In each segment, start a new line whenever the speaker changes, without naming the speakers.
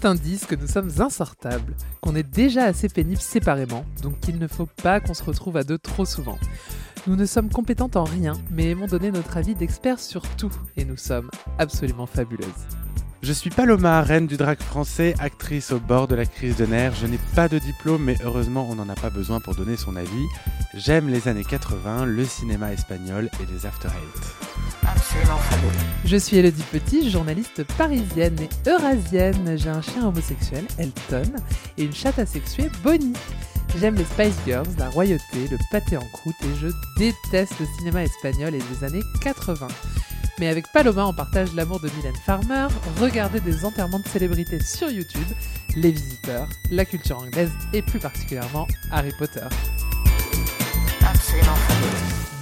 tout indice que nous sommes insortables, qu'on est déjà assez pénibles séparément, donc qu'il ne faut pas qu'on se retrouve à deux trop souvent. Nous ne sommes compétentes en rien, mais aimons donner notre avis d'experts sur tout, et nous sommes absolument fabuleuses.
Je suis Paloma, reine du drag français, actrice au bord de la crise de nerfs. Je n'ai pas de diplôme, mais heureusement, on n'en a pas besoin pour donner son avis. J'aime les années 80, le cinéma espagnol et les after eight.
Absolument fabuleux. Je suis Elodie Petit, journaliste parisienne et eurasienne. J'ai un chien homosexuel, Elton, et une chatte asexuée, Bonnie. J'aime les Spice Girls, la royauté, le pâté en croûte et je déteste le cinéma espagnol et les années 80. Mais avec Paloma, on partage l'amour de Mylène Farmer, regarder des enterrements de célébrités sur YouTube, les visiteurs, la culture anglaise et plus particulièrement Harry Potter.
Absolument.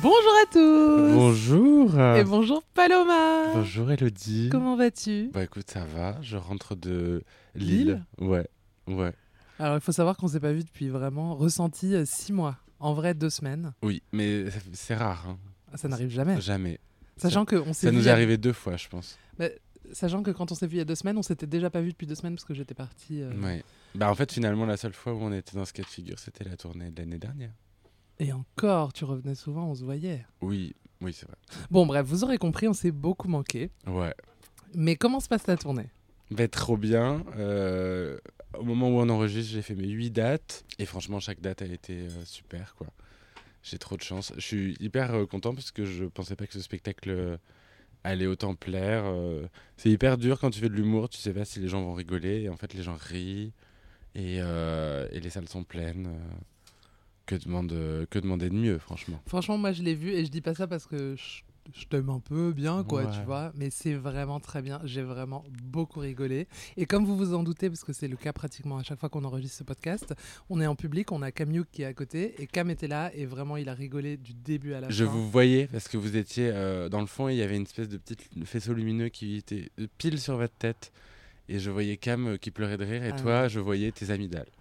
Bonjour à tous
Bonjour
Et bonjour Paloma
Bonjour Elodie
Comment vas-tu
Bah écoute, ça va, je rentre de Lille. Lille ouais, ouais.
Alors il faut savoir qu'on s'est pas vu depuis vraiment ressenti euh, six mois, en vrai deux semaines.
Oui, mais c'est rare. Hein.
Ça n'arrive jamais.
Jamais.
Sachant que on
Ça nous est arrivé deux fois, je pense.
Bah, sachant que quand on s'est vu il y a deux semaines, on s'était déjà pas vu depuis deux semaines parce que j'étais partie. Euh...
Ouais. Bah en fait, finalement, la seule fois où on était dans ce cas de figure, c'était la tournée de l'année dernière.
Et encore, tu revenais souvent, on se voyait.
Oui, oui, c'est vrai.
Bon, bref, vous aurez compris, on s'est beaucoup manqué.
Ouais.
Mais comment se passe ta tournée
Bah trop bien. Euh, au moment où on enregistre, j'ai fait mes huit dates. Et franchement, chaque date a été euh, super, quoi. J'ai trop de chance. Je suis hyper euh, content parce que je pensais pas que ce spectacle euh, allait autant plaire. Euh, c'est hyper dur quand tu fais de l'humour, tu sais pas si les gens vont rigoler. Et en fait, les gens rient et, euh, et les salles sont pleines. euh. Que, demande, euh, que demander de mieux, franchement
Franchement, moi je l'ai vu et je dis pas ça parce que je, je t'aime un peu bien, quoi, ouais. tu vois. Mais c'est vraiment très bien. J'ai vraiment beaucoup rigolé. Et comme vous vous en doutez, parce que c'est le cas pratiquement à chaque fois qu'on enregistre ce podcast, on est en public, on a Cam Youk qui est à côté. Et Cam était là et vraiment, il a rigolé du début à la
Je
fin.
Je vous voyais parce que vous étiez euh, dans le fond et il y avait une espèce de petit faisceau lumineux qui était euh, pile sur votre tête. Et je voyais Cam qui pleurait de rire et ah toi, ouais. je voyais tes amygdales.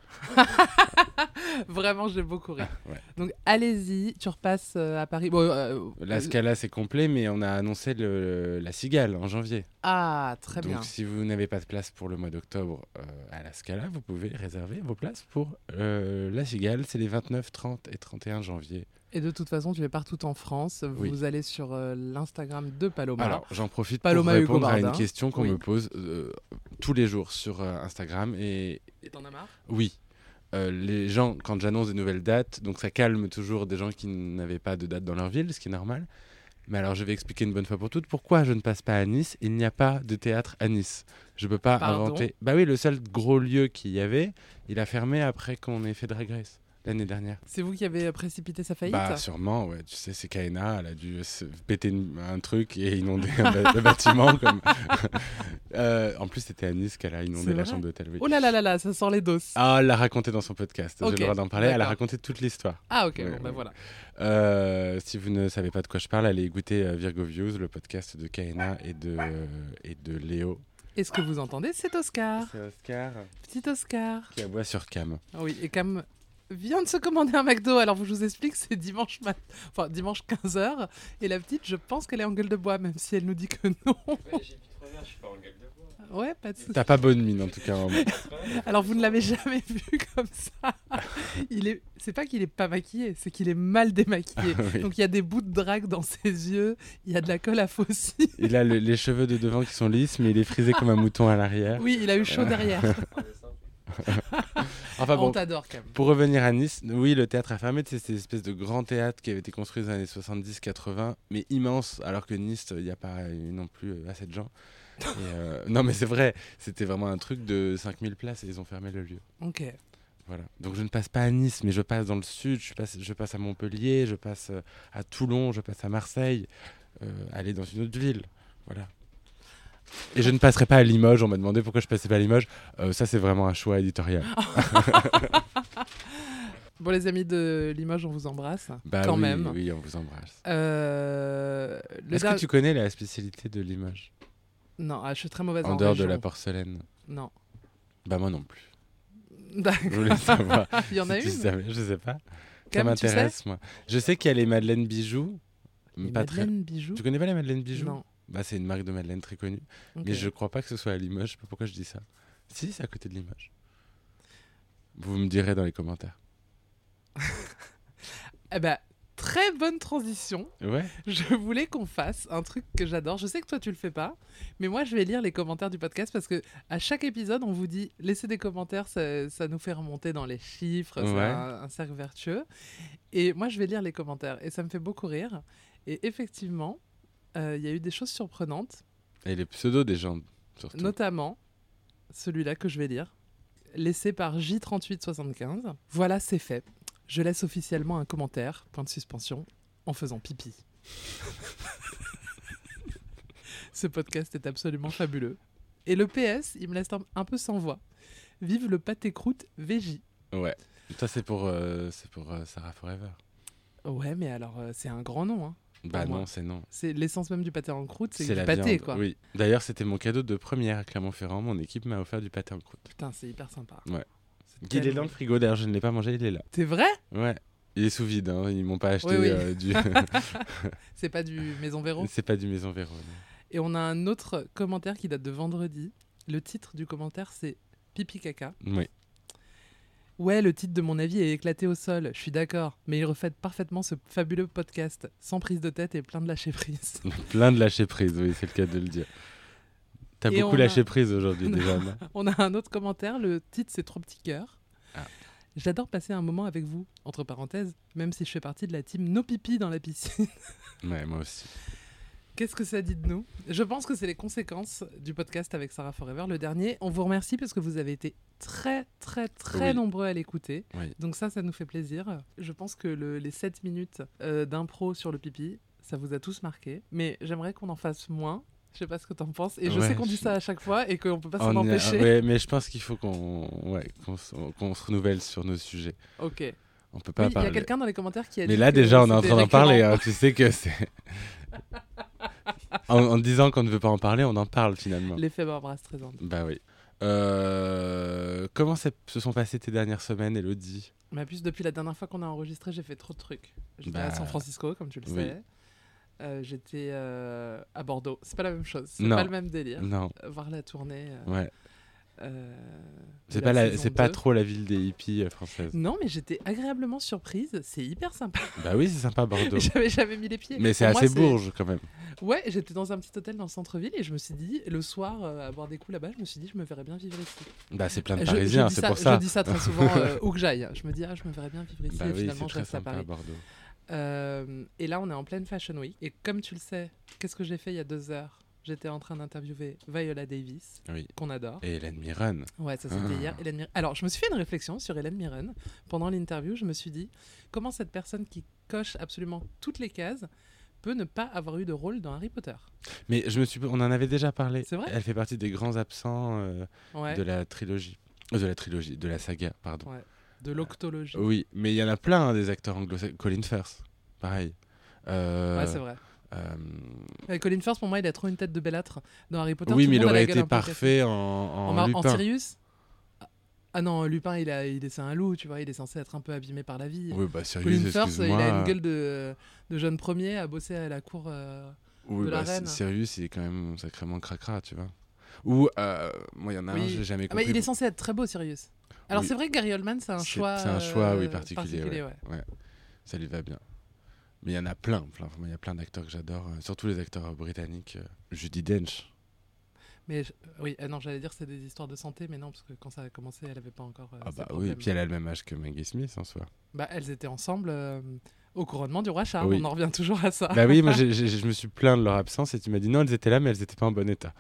Vraiment, j'ai beaucoup ri. Ah, ouais. Donc allez-y, tu repasses euh, à Paris. Bon, euh,
la Scala, c'est complet, mais on a annoncé le, la Cigale en janvier.
Ah, très
Donc,
bien.
Donc si vous n'avez pas de place pour le mois d'octobre euh, à la Scala, vous pouvez réserver vos places pour euh, la Cigale. C'est les 29, 30 et 31 janvier.
Et de toute façon, tu es partout en France. Vous oui. allez sur euh, l'Instagram de Paloma.
Alors, j'en profite Paloma pour répondre Hugo à
hein.
une question qu'on oui. me pose euh, tous les jours sur euh, Instagram. Et
t'en as marre
Oui. Euh, les gens, quand j'annonce des nouvelles dates, donc ça calme toujours des gens qui n'avaient pas de date dans leur ville, ce qui est normal. Mais alors, je vais expliquer une bonne fois pour toutes pourquoi je ne passe pas à Nice. Il n'y a pas de théâtre à Nice. Je peux pas Pardon inventer. Bah oui, le seul gros lieu qu'il y avait, il a fermé après qu'on ait fait Drag Race l'année dernière.
C'est vous qui avez précipité sa faillite
Bah sûrement, ouais. Tu sais, c'est Kaena, elle a dû se péter une, un truc et inonder le bâtiment. Comme... euh, en plus, c'était à Nice qu'elle a inondé la chambre d'hôtel. Oui.
Oh là là là là, ça sent les doses.
Ah, elle l'a raconté dans son podcast. Okay. J'ai le droit d'en parler. Elle a raconté toute l'histoire.
Ah ok, ouais, bon, ouais. bah voilà.
Euh, si vous ne savez pas de quoi je parle, allez écouter uh, Virgo Views, le podcast de Kaena et de, euh, et de Léo.
Et ce que vous entendez, c'est Oscar.
C'est Oscar.
Petit Oscar.
Qui aboie sur Cam.
Ah oui, et Cam vient de se commander un McDo. Alors, je vous explique, c'est dimanche, mat... enfin, dimanche 15h. Et la petite, je pense qu'elle est en gueule de bois, même si elle nous dit que non. Ouais,
j'ai je suis pas en gueule de
bois. Ouais, pas de
T'as pas bonne mine, en tout cas.
Alors, vous ne l'avez jamais vu comme ça. Il est... C'est pas qu'il est pas maquillé, c'est qu'il est mal démaquillé. Ah, oui. Donc, il y a des bouts de drague dans ses yeux, il y a de la colle à faucille.
Il a le, les cheveux de devant qui sont lisses, mais il est frisé comme un mouton à l'arrière.
Oui, il a eu chaud derrière.
enfin bon,
on t'adore quand même.
Pour revenir à Nice, oui, le théâtre a fermé. C'est cette espèce de grand théâtre qui avait été construit dans les années 70-80, mais immense, alors que Nice, il n'y a pas eu non plus euh, assez de gens. Et euh, non, mais c'est vrai, c'était vraiment un truc de 5000 places et ils ont fermé le lieu.
Ok.
Voilà. Donc je ne passe pas à Nice, mais je passe dans le sud, je passe, je passe à Montpellier, je passe euh, à Toulon, je passe à Marseille, euh, aller dans une autre ville. Voilà. Et je ne passerai pas à Limoges. On m'a demandé pourquoi je passais pas à Limoges. Euh, ça, c'est vraiment un choix éditorial.
Ah, bon, les amis de Limoges, on vous embrasse.
Bah
quand
oui,
même.
Oui, on vous embrasse.
Euh,
Est-ce da... que tu connais la spécialité de Limoges
Non, ah, je suis très mauvaise
en,
en
dehors
région.
de la porcelaine.
Non.
Bah moi non plus.
D'accord.
Je voulais savoir.
Ah, Il y en a
si
Bah, une.
Savais, je sais pas.
Cam,
ça m'intéresse
tu sais
moi. Je sais qu'il y a les Madeleine Bijoux.
Les pas Madeleine très... Bijoux.
Tu connais pas les Madeleine Bijoux
Non.
Bah, c'est une marque de madeleine très connue. Okay. Mais je crois pas que ce soit à Limoges. Je sais pas pourquoi je dis ça. Si, c'est à côté de l'image. Vous me direz dans les commentaires.
Eh ben, très bonne transition.
Ouais.
Je voulais qu'on fasse un truc que j'adore. Je sais que toi tu le fais pas, mais moi je vais lire les commentaires du podcast parce que à chaque épisode on vous dit laissez des commentaires, ça, ça nous fait remonter dans les chiffres, c'est
Ouais.
un, un cercle vertueux. Et moi je vais lire les commentaires et ça me fait beaucoup rire. Et effectivement, euh, il y a eu des choses surprenantes,
Et les pseudos des gens, surtout.
notamment celui-là que je vais lire, laissé par J3875. Voilà, c'est fait. Je laisse officiellement un commentaire, point de suspension, en faisant pipi. Ce podcast est absolument fabuleux. Et le PS, il me laisse un, un peu sans voix. Vive le pâté croûte VJ.
Ouais. Ça, c'est pour, euh, c'est pour euh, Sarah Forever.
Ouais, mais alors euh, c'est un grand nom. hein.
Bah
moi.
non, c'est non.
C'est l'essence même du pâté en croûte, c'est du
la
pâté
viande,
quoi.
Oui. D'ailleurs, c'était mon cadeau de première à Clermont-Ferrand. Mon équipe m'a offert du pâté en croûte.
Putain, c'est hyper sympa.
Ouais.
C'est
Il est
tellement-
dans le frigo. D'ailleurs, je ne l'ai pas mangé. Il est là.
C'est vrai
Ouais. Il est sous vide. Hein. Ils m'ont pas acheté
Oui, Ah oui.
euh, du.
C'est pas du Maison Véro.
c'est pas du Maison Véro. non.
Et on a un autre commentaire qui date de vendredi. Le titre du commentaire, c'est Pipi Caca.
Oui.
Ouais, le titre de mon avis est éclaté au sol, je suis d'accord, mais il refait parfaitement ce fabuleux podcast, sans prise de tête et plein de lâcher prise.
Plein de lâcher prise. Oui, c'est le cas de le dire. T'as
Et
beaucoup
on a-
lâché prise aujourd'hui déjà. non
On a un autre commentaire, le titre c'est Trop petit cœur.
Ah.
J'adore passer un moment avec vous, entre parenthèses, même si je fais partie de la team No Pipi dans la piscine.
Ouais, moi aussi.
Qu'est-ce que ça dit de nous Je pense que c'est les conséquences du podcast avec Sarah Forever, le dernier. On vous remercie parce que vous avez été très, très, très
Oui.
nombreux à l'écouter.
Oui.
Donc ça, ça nous fait plaisir. Je pense que le- les 7 minutes euh, d'impro sur le pipi, ça vous a tous marqué. Mais j'aimerais qu'on en fasse moins. Je sais pas ce que t'en penses. Et je
Ouais,
sais qu'on dit
je-
ça à chaque fois et qu'on peut pas
On
s'en
y a-
empêcher.
ouais, mais je pense qu'il faut qu'on ouais, qu'on se qu'on se renouvelle sur nos sujets.
Ok. Oui,
On peut
Il
pas
y a
parler.
quelqu'un dans les commentaires qui a dit
Mais là,
que
déjà, on est
euh,
en
c'était
train d'en
récurrent.
parler. hein. Tu sais que c'est. en, en disant qu'on ne veut pas en parler, on en parle finalement.
L'effet Barbara Streisand.
Bah oui. Euh, Comment s'est- se sont passées tes dernières semaines, Elodie
Ma puce, depuis la dernière fois qu'on a enregistré, j'ai fait trop de trucs. J'étais à
Bah,
San Francisco, comme tu le
oui.
sais. Euh, J'étais euh, à Bordeaux. C'est pas la même chose. C'est
Non.
pas le même délire.
Non,
Voir la tournée. euh,
ouais.
euh, de
C'est pas, la-
saison
c'est pas
2.
trop la ville des hippies euh, françaises.
Non, mais j'étais agréablement surprise. C'est hyper sympa.
bah oui, c'est sympa, Bordeaux.
J'avais jamais mis les pieds.
Mais c'est
Pour moi,
assez bourge quand même.
Ouais, j'étais dans un petit hôtel dans le centre-ville et je me suis dit, le soir, euh, à boire des coups là-bas, je me suis dit, je me verrais bien vivre ici.
Bah c'est plein de
Je- je
parisiens,
dis
c'est pour ça.
Je dis ça très souvent euh, où que j'aille. Je me dis, ah, je me verrais bien vivre ici
Bah
et
oui, c'est
finalement, je
très
reste à
sympa,
Paris.
Bordeaux.
Euh, et là, on est en pleine Fashion Week. Et comme tu le sais, qu'est-ce que j'ai fait il y a deux heures J'étais en train d'interviewer Viola Davis,
Oui.
qu'on adore.
Et Hélène Mirren.
Ouais, ça c'était
Ah.
hier. Hélène Mir- Alors, je me suis fait une réflexion sur Hélène Mirren. Pendant l'interview, je me suis dit comment cette personne qui coche absolument toutes les cases peut ne pas avoir eu de rôle dans Harry Potter.
Mais je me suis, on en avait déjà parlé.
C'est vrai
Elle fait partie des grands absents euh,
Ouais,
de
de,
la trilogie, Euh, de la trilogie, de la saga, pardon.
l'octologie.
Oui, mais il y en a plein hein, des acteurs anglo-saxons. Colin Firth, pareil. Euh,
Ouais, c'est vrai.
euh,
Euh, Colin Firth, pour moi, il a trop une tête de belâtre dans Harry Potter.
oui,
tout
mais
le
il
monde a la
aurait
gueule
été
un peu cassée.
parfait en, en
En, Mar- en
Lupin.
Sirius Ah- Ah non, Lupin, il, a, il est c'est un loup, tu vois, il est censé être un peu abîmé par la vie.
Oui, bah
Colin
Sirius,
Firth, il
excuse-moi.
a une gueule de, de jeune premier à bosser à la cour. euh,
Oui,
de la
bah,
reine.
Sirius, il est quand même sacrément cracra, tu vois. Ou euh, moi, il y en a un,
Oui.
j'ai jamais
Ah, mais
compris.
il est censé être très beau, Sirius. Alors
Oui.
c'est vrai que Gary Oldman, c'est un
C'est-
choix.
c'est un choix, oui,
euh,
particulier, ouais.
ouais.
Ça lui va bien. Mais il y en a plein, plein. Vraiment, il y a plein d'acteurs que j'adore, euh, surtout les acteurs euh, britanniques. euh, Judy Dench.
Ah, Mais je- oui, ah non, j'allais dire c'est des histoires de santé, mais non, parce que quand ça a commencé, elle avait pas encore. euh,
Ah
ces
bah oui,
problèmes.
et puis elle a le même âge que Maggie Smith en soi.
Bah, elles étaient ensemble euh, au couronnement du roi Charles.
Oui.
On en revient toujours à ça.
bah oui, moi j'ai- j'ai- je me suis plaint de leur absence et tu m'as dit non, elles étaient là mais elles étaient pas en bon état.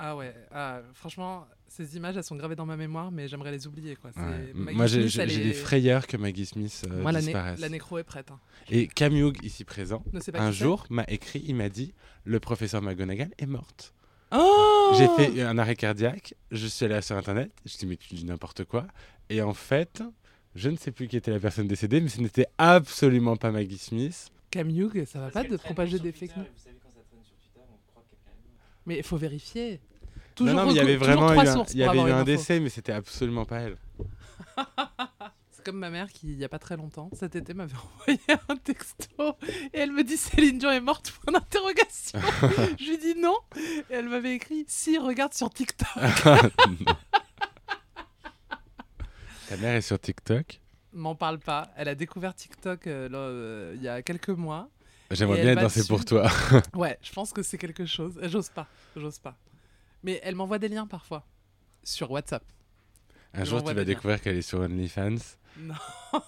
Ah ouais, ah, franchement, ces images, elles sont gravées dans ma mémoire, mais j'aimerais les oublier. Quoi. C'est-
Ouais.
Maggie
Moi j'ai
Smith,
j'ai-
elle
j'ai
est-
des frayeurs que Maggie Smith euh,
Moi, la, né-
disparaisse.
la nécro est prête. hein.
Et Cam Hughes, ici présent,
Ne sais pas
un
qui c'est.
jour m'a écrit, il m'a dit le professeur McGonagall est morte.
Oh
J'ai fait un arrêt cardiaque, je suis allé sur internet, je dis mais tu dis n'importe quoi. Et en fait, je ne sais plus qui était la personne décédée, mais ce n'était absolument pas Maggie Smith.
Cam Hughes, ça va
Parce
pas
qu'elle
de
traîne
propager
sur
des
Twitter,
fake news.
et Vous savez, quand ça traîne sur Twitter, on croit que quelqu'un est mort.
Mais il faut vérifier.
Non,
Toujours
non, mais il y
recou-
avait
toujours
vraiment eu
trois
un,
sources
il y
pour
avait
avoir
eu
une
un
info.
décès, mais c'était absolument pas elle.
C'est comme ma mère qui, il y a pas très longtemps, cet été, m'avait envoyé un texto et elle me dit Céline Dion est morte pour interrogation. Je lui dis non et elle m'avait écrit si regarde sur TikTok.
Ta mère est sur TikTok.
M'en parle pas. Elle a découvert TikTok euh, là, euh, il y a quelques mois. Et
J'aimerais
elle
bien être
va
dans C'est
dessus.
pour toi.
Ouais, je pense que c'est quelque chose. Euh, J'ose pas, j'ose pas. Mais elle m'envoie des liens parfois sur WhatsApp.
Un
Je
jour,
l'envoie
tu vas
bien.
découvrir qu'elle est sur OnlyFans.
Non.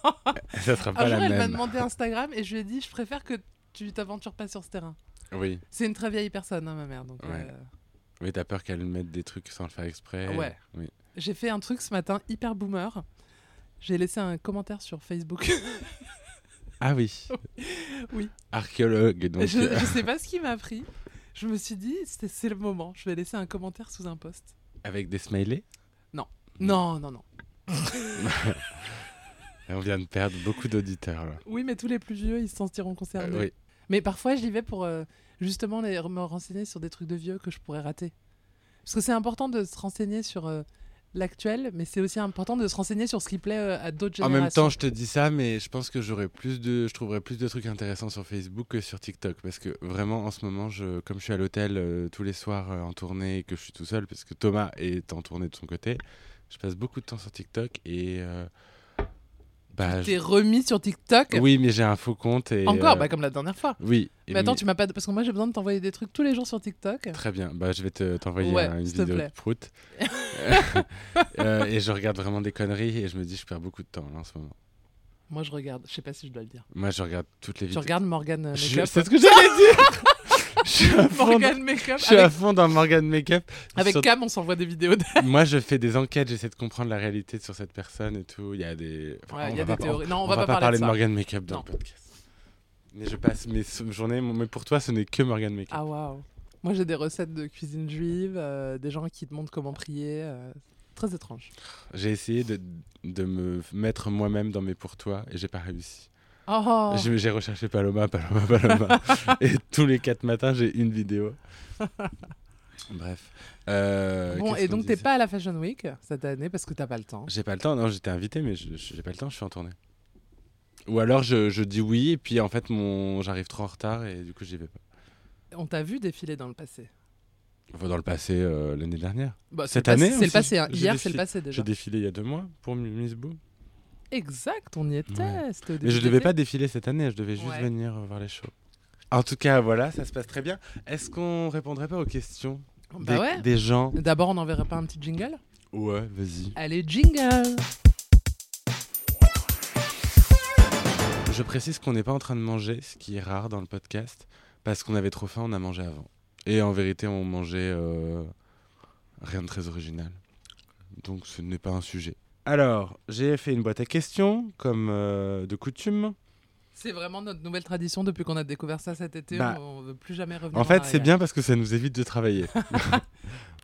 Ça sera pas
Un jour,
la
elle m'a
même.
demandé Instagram et je lui ai dit, je préfère que tu t'aventures pas sur ce terrain.
Oui.
C'est une très vieille personne, hein, ma mère. Donc,
Ouais.
euh,
Oui, t'as peur qu'elle mette des trucs sans le faire exprès.
Ouais.
Oui.
j'ai fait un truc ce matin hyper boomer. J'ai laissé un commentaire sur Facebook.
Ah oui.
Oui.
Archéologue, donc. euh,
je, je sais pas ce qui m'a pris. Je me suis dit, c'est c'est le moment. Je vais laisser un commentaire sous un post.
Avec des smileys. Mm.
Non, non, non.
Et On vient de perdre beaucoup d'auditeurs, là.
Oui, mais tous les plus vieux, ils se sentiront
Euh,
concernés.
oui.
Mais parfois, j'y vais pour euh, justement les, me renseigner sur des trucs de vieux que je pourrais rater. Parce que c'est important de se renseigner sur euh, l'actuel, mais c'est aussi important de se renseigner sur ce qui plaît euh, à d'autres
En
générations.
même temps, je te dis ça, mais je pense que j'aurais plus de, je trouverais plus de trucs intéressants sur Facebook que sur TikTok, parce que vraiment en ce moment, je, comme je suis à l'hôtel euh, tous les soirs euh, en tournée et que je suis tout seul, parce que Thomas est en tournée de son côté, je passe beaucoup de temps sur TikTok et euh, bah,
T'es
je-
remis sur TikTok
oui, mais j'ai un faux compte et
Encore,
euh,
bah, comme la dernière fois.
oui. et
Mais attends,
mais-
tu m'as pas. Parce que moi, j'ai besoin de t'envoyer des trucs tous les jours sur TikTok.
Très bien, bah, je vais te- t'envoyer
Ouais,
un- une
s'il te
vidéo
plaît.
de prout. Euh, et je regarde vraiment des conneries et je me dis, je perds beaucoup de temps là, en ce moment.
Moi, je regarde. Je sais pas si je dois le dire.
Moi, je regarde toutes les
Tu
vidéos.
regardes Morgan euh,
Je-
Makeup.
C'est ce que j'allais dire Je suis à fond dans-
Morgan Makeup.
Je suis à
Avec,
fond dans Morgan Makeup.
avec
Sur-
Cam, on s'envoie des vidéos. de-
Moi, je fais des enquêtes, j'essaie de comprendre la réalité sur cette personne et tout. Il y a des. enfin,
Ouais,
on
il y a
va
des
pas-
théories. Non,
On,
on, va, pas,
parler de,
ça.
Morgan Makeup dans
Non.
le podcast. Mais je passe mes so- journées. Mais pour toi, ce n'est que Morgan Makeup.
Ah waouh. Moi j'ai des recettes de cuisine juive, euh, des gens qui te montrent comment prier. euh, très étrange.
J'ai essayé de, de me mettre moi-même dans mes pour toi et j'ai pas réussi.
Oh
J'ai j'ai recherché Paloma, Paloma, Paloma. et tous les quatre matins, j'ai une vidéo. Bref. Euh,
Bon,
qu'est-ce
et
qu'on
donc t'es
disait
pas à la Fashion Week cette année parce que t'as pas le temps.
J'ai pas le temps, non, j'étais invité, mais je- je- j'ai pas le temps, je suis en tournée. Ou alors je, je dis oui, et puis en fait, mon... j'arrive trop en retard, et du coup, j'y vais pas.
On t'a vu défiler dans le passé.
Enfin, Dans le passé, euh, l'année dernière,
Bah, c'est
Cette
le passé-
année
C'est le
aussi,
passé, hein.
j'ai
hier
défi-
c'est le passé déjà.
j'ai défilé il y a deux mois pour M- Miss Boo.
Exact, on y était.
Ouais.
c'était au
Mais
début
je
de
devais
l'été.
pas défiler cette année, je devais juste
Ouais.
venir euh, voir les shows. En tout cas, voilà, ça se passe très bien. Est-ce qu'on répondrait pas aux questions
Bah
des,
ouais.
des gens
D'abord on enverrait pas un petit jingle
Ouais, vas-y.
Allez jingle
Je précise qu'on n'est pas en train de manger, ce qui est rare dans le podcast, parce qu'on avait trop faim, on a mangé avant. Et en vérité, on mangeait euh, rien de très original. Donc ce n'est pas un sujet. Alors, j'ai fait une boîte à questions, comme euh, de coutume.
C'est vraiment notre nouvelle tradition depuis qu'on a découvert ça cet été.
Bah,
on ne veut plus jamais revenir.
En fait, c'est
arrière.
bien parce que ça nous évite de travailler.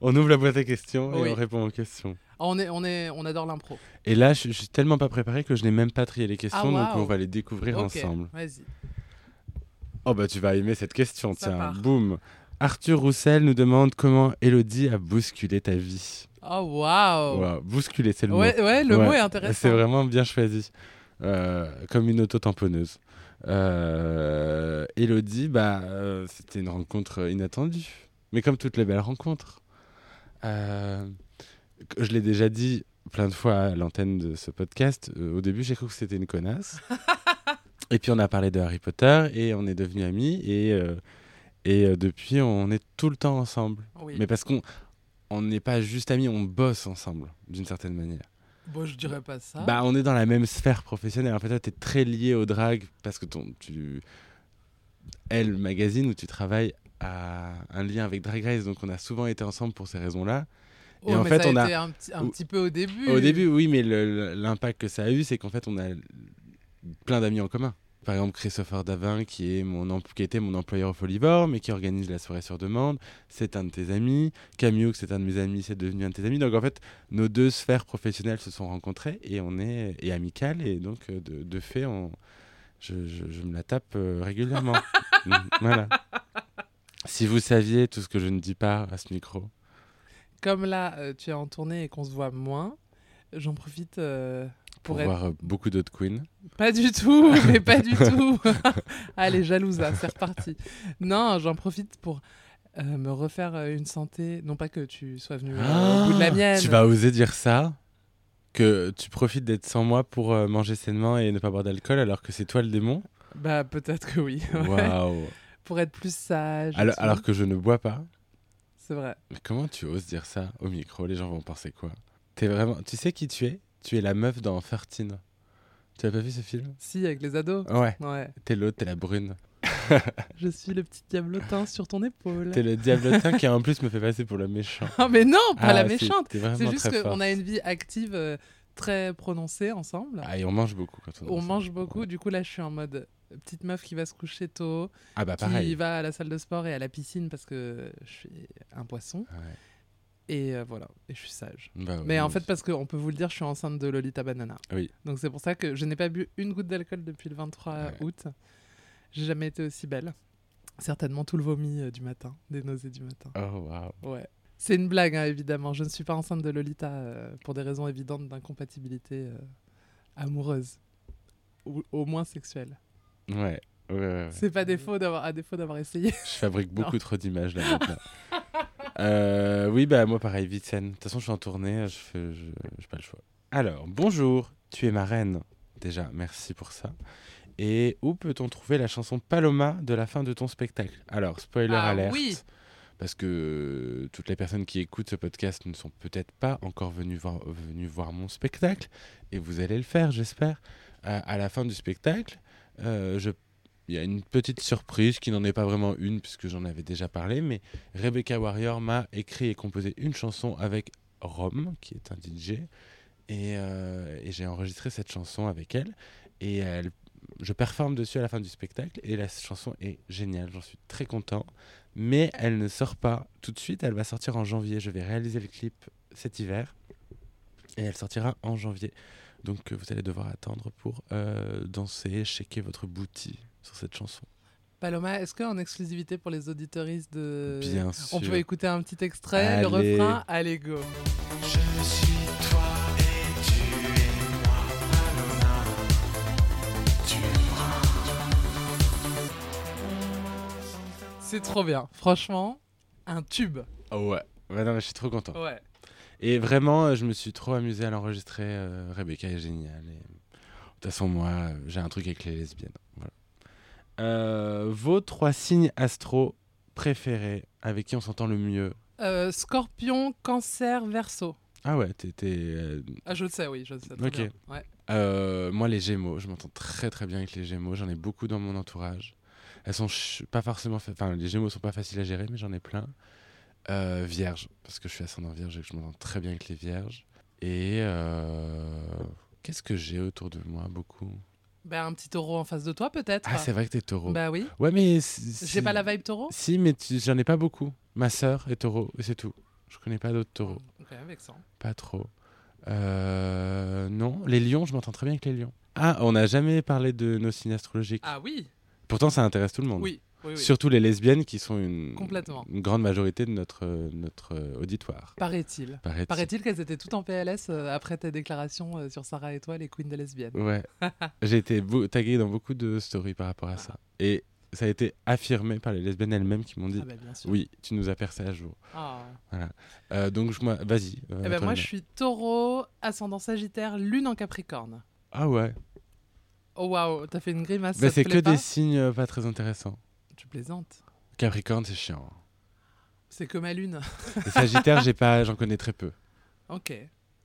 on ouvre la boîte à questions et
Oui.
on répond aux questions.
On, est, on, est, on adore l'impro.
Et là, je, je suis tellement pas préparé que je n'ai même pas trié les questions, donc
Ah, waouh.
on va les découvrir
Ok,
ensemble.
Vas-y.
Oh bah tu vas aimer cette question,
Ça
tiens,
part.
boum. Arthur Roussel nous demande comment Elodie a bousculé ta vie.
Oh waouh
Voilà, bousculer, c'est le
Ouais, ouais, le
Ouais,
mot est
mot.
intéressant.
C'est vraiment bien choisi. Euh, comme une auto-tamponneuse. Euh, Elodie, bah, euh, c'était une rencontre inattendue. Mais comme toutes les belles rencontres. Euh, que- je l'ai déjà dit plein de fois à l'antenne de ce podcast. euh, au début, j'ai cru que c'était une connasse. et puis, on a parlé de Harry Potter et on est devenus amis. Et, euh, et euh, depuis, on est tout le temps ensemble.
Oui.
Mais parce qu'on on n'est pas juste amis, on bosse ensemble d'une certaine manière.
Bon, je dirais pas ça.
Bah, on est dans la même sphère professionnelle. En fait, toi, t'es très lié au drag parce que ton, tu. Elle magazine où tu travailles à un lien avec Drag Race, donc on a souvent été ensemble pour ces raisons-là.
Oh,
et en
mais
fait,
ça
on a-
été un petit, un
au-
petit peu au début.
Au début, oui, mais le- l'impact que ça a eu, c'est qu'en fait, on a plein d'amis en commun. Par exemple, Christopher Davin, qui, est mon empl- qui était mon employeur au Folivore, mais qui organise la soirée sur demande, c'est un de tes amis. Camille, c'est un de mes amis, c'est devenu un de tes amis. Donc en fait, nos deux sphères professionnelles se sont rencontrées et on est et amicales. Et donc, euh, de, de fait, on, je, je- je me la tape euh, régulièrement. Mm, voilà. Si vous saviez tout ce que je ne dis pas à ce micro.
Comme là, euh, tu es en tournée et qu'on se voit moins, j'en profite euh,
Pour
pour être...
voir euh, beaucoup d'autres queens.
Pas du tout, mais pas du tout. Allez, jalousa, c'est reparti. Non, j'en profite pour euh, me refaire euh, une santé. Non pas que tu sois venu euh, au bout de la
Ah,
mienne.
Tu vas oser dire ça que tu profites d'être sans moi pour euh, manger sainement et ne pas boire d'alcool alors que c'est toi le démon
Bah, peut-être que oui. ouais.
Waouh
Pour être plus sage. et
alors,
tout.
alors que je ne bois pas.
C'est vrai.
Mais comment tu oses dire ça au micro Les gens vont penser quoi T'es vraiment. Tu sais qui tu es Tu es la meuf dans Fertine. Tu as pas vu ce film
Si, avec les ados.
Ouais.
Ouais.
T'es l'autre, t'es la brune.
Je suis le petit diablotin sur ton épaule.
T'es le diablotin qui en plus me fait passer pour le méchant.
Ah, mais non, pas la
Ah, c'est-
méchante.
t'es vraiment
C'est juste
très
qu'on
forte.
a une vie active euh, très prononcée ensemble.
Ah, et on mange beaucoup quand on est
on
ensemble.
mange beaucoup.
Ouais.
Du coup, là, je suis en mode euh, petite meuf qui va se coucher tôt,
Ah, bah
qui
pareil.
va à la salle de sport et à la piscine parce que je suis un poisson.
Ouais.
Et euh, voilà, et je suis sage.
Bah ouais,
Mais en
nous
fait,
aussi.
parce qu'on peut vous le dire, je suis enceinte de Lolita Banana.
Oui.
Donc c'est pour ça que je n'ai pas bu une goutte d'alcool depuis le 23
Ouais.
août. J'ai jamais été aussi belle. Certainement tout le vomi euh, du matin, des nausées du matin.
Oh, waouh.
Ouais. C'est une blague, hein, évidemment. Je ne suis pas enceinte de Lolita euh, pour des raisons évidentes d'incompatibilité euh, amoureuse. Ou au moins sexuelle.
Ouais. Ouais, ouais, ouais.
C'est pas défaut d'avoir, à défaut d'avoir essayé.
Je fabrique beaucoup trop d'images là maintenant. Euh, oui, bah moi pareil, vite scène. De toute façon, je suis en tournée, je fais, je, j'ai pas le choix. Alors, bonjour, tu es ma reine. Déjà, merci pour ça. Et où peut-on trouver la chanson Paloma de la fin de ton spectacle Alors, spoiler
Ah
alerte.
oui.
Parce que euh, toutes les personnes qui écoutent ce podcast ne sont peut-être pas encore venues voir, venues voir mon spectacle. Et vous allez le faire, j'espère. Euh, à la fin du spectacle, euh, je il y a une petite surprise qui n'en est pas vraiment une puisque j'en avais déjà parlé, mais Rebecca Warrior m'a écrit et composé une chanson avec Rome, qui est un DJ, et, euh, et j'ai enregistré cette chanson avec elle, et elle- je performe dessus à la fin du spectacle, et la chanson est géniale, j'en suis très content, mais elle ne sort pas tout de suite, elle va sortir en janvier, je vais réaliser le clip cet hiver, et elle sortira en janvier. Donc euh, vous allez devoir attendre pour euh, danser, shaker votre bouti sur cette chanson.
Paloma, est-ce qu'en exclusivité pour les auditoristes de.
Bien sûr.
Euh, On peut écouter un petit extrait, le
Allez.
refrain, allez go.
Je suis toi et tu es moi, Paloma. Tu
C'est trop bien. Franchement, un tube.
Oh ouais. Ouais, non, mais je suis trop content.
Ouais.
Et vraiment, euh, je me suis trop amusé à l'enregistrer. euh, Rebecca est géniale. et, euh, De toute façon, moi, euh, j'ai un truc avec les lesbiennes. Voilà. Euh, vos trois signes astro préférés, avec qui on s'entend le mieux
Euh, scorpion, cancer, verso.
Ah ouais, t'es. t'es, euh,
Ah, je le sais, oui, je le sais. très
Ok.
bien. Ouais.
euh, moi, les Gémeaux, je m'entends très très bien avec les Gémeaux. J'en ai beaucoup dans mon entourage. Elles sont ch- pas forcément. fa- Enfin, les Gémeaux sont pas faciles à gérer, mais j'en ai plein. Euh, vierge, parce que je suis ascendant Vierge et que je m'entends très bien avec les Vierges. Et euh, qu'est-ce que j'ai autour de moi beaucoup
Bah, un petit taureau en face de toi, peut-être.
Ah, c'est vrai que t'es Taureau.
Bah oui.
ouais, mais c-
J'ai
si-
pas la vibe taureau
Si, mais tu- j'en ai pas beaucoup. Ma sœur est Taureau et c'est tout. Je connais pas d'autres Taureaux,
Ok, vexant.
pas trop. Euh, non, les Lions, je m'entends très bien avec les Lions. Ah, on n'a jamais parlé de nos signes astrologiques.
Ah oui,
Pourtant, ça intéresse tout le monde.
oui, oui, oui.
Surtout les lesbiennes qui sont une,
Complètement.
une grande majorité de notre, euh, notre euh, auditoire.
Paraît-il.
Paraît-il.
Paraît-il qu'elles étaient toutes en PLS euh, après tes déclarations euh, sur Sarah et toi, les queens des lesbiennes.
Ouais. J'ai été beau- tagué dans beaucoup de stories par rapport à ça. Et ça a été affirmé par les lesbiennes elles-mêmes qui m'ont dit
Ah bah bien sûr.
Oui, tu nous as percé à jour.
Ah.
Euh, donc, je, moi, vas-y. euh,
Eh ben
attends,
moi,
Emma.
je suis taureau, ascendant sagittaire, lune en capricorne.
Ah ouais.
Oh waouh, t'as fait une grimace. ça
Bah,
te
c'est
plaît
que
pas
des signes euh, pas très intéressants.
Tu plaisantes.
Capricorne, c'est chiant. hein.
C'est que ma lune.
Et Sagittaire, j'ai pas, j'en connais très peu.
ok.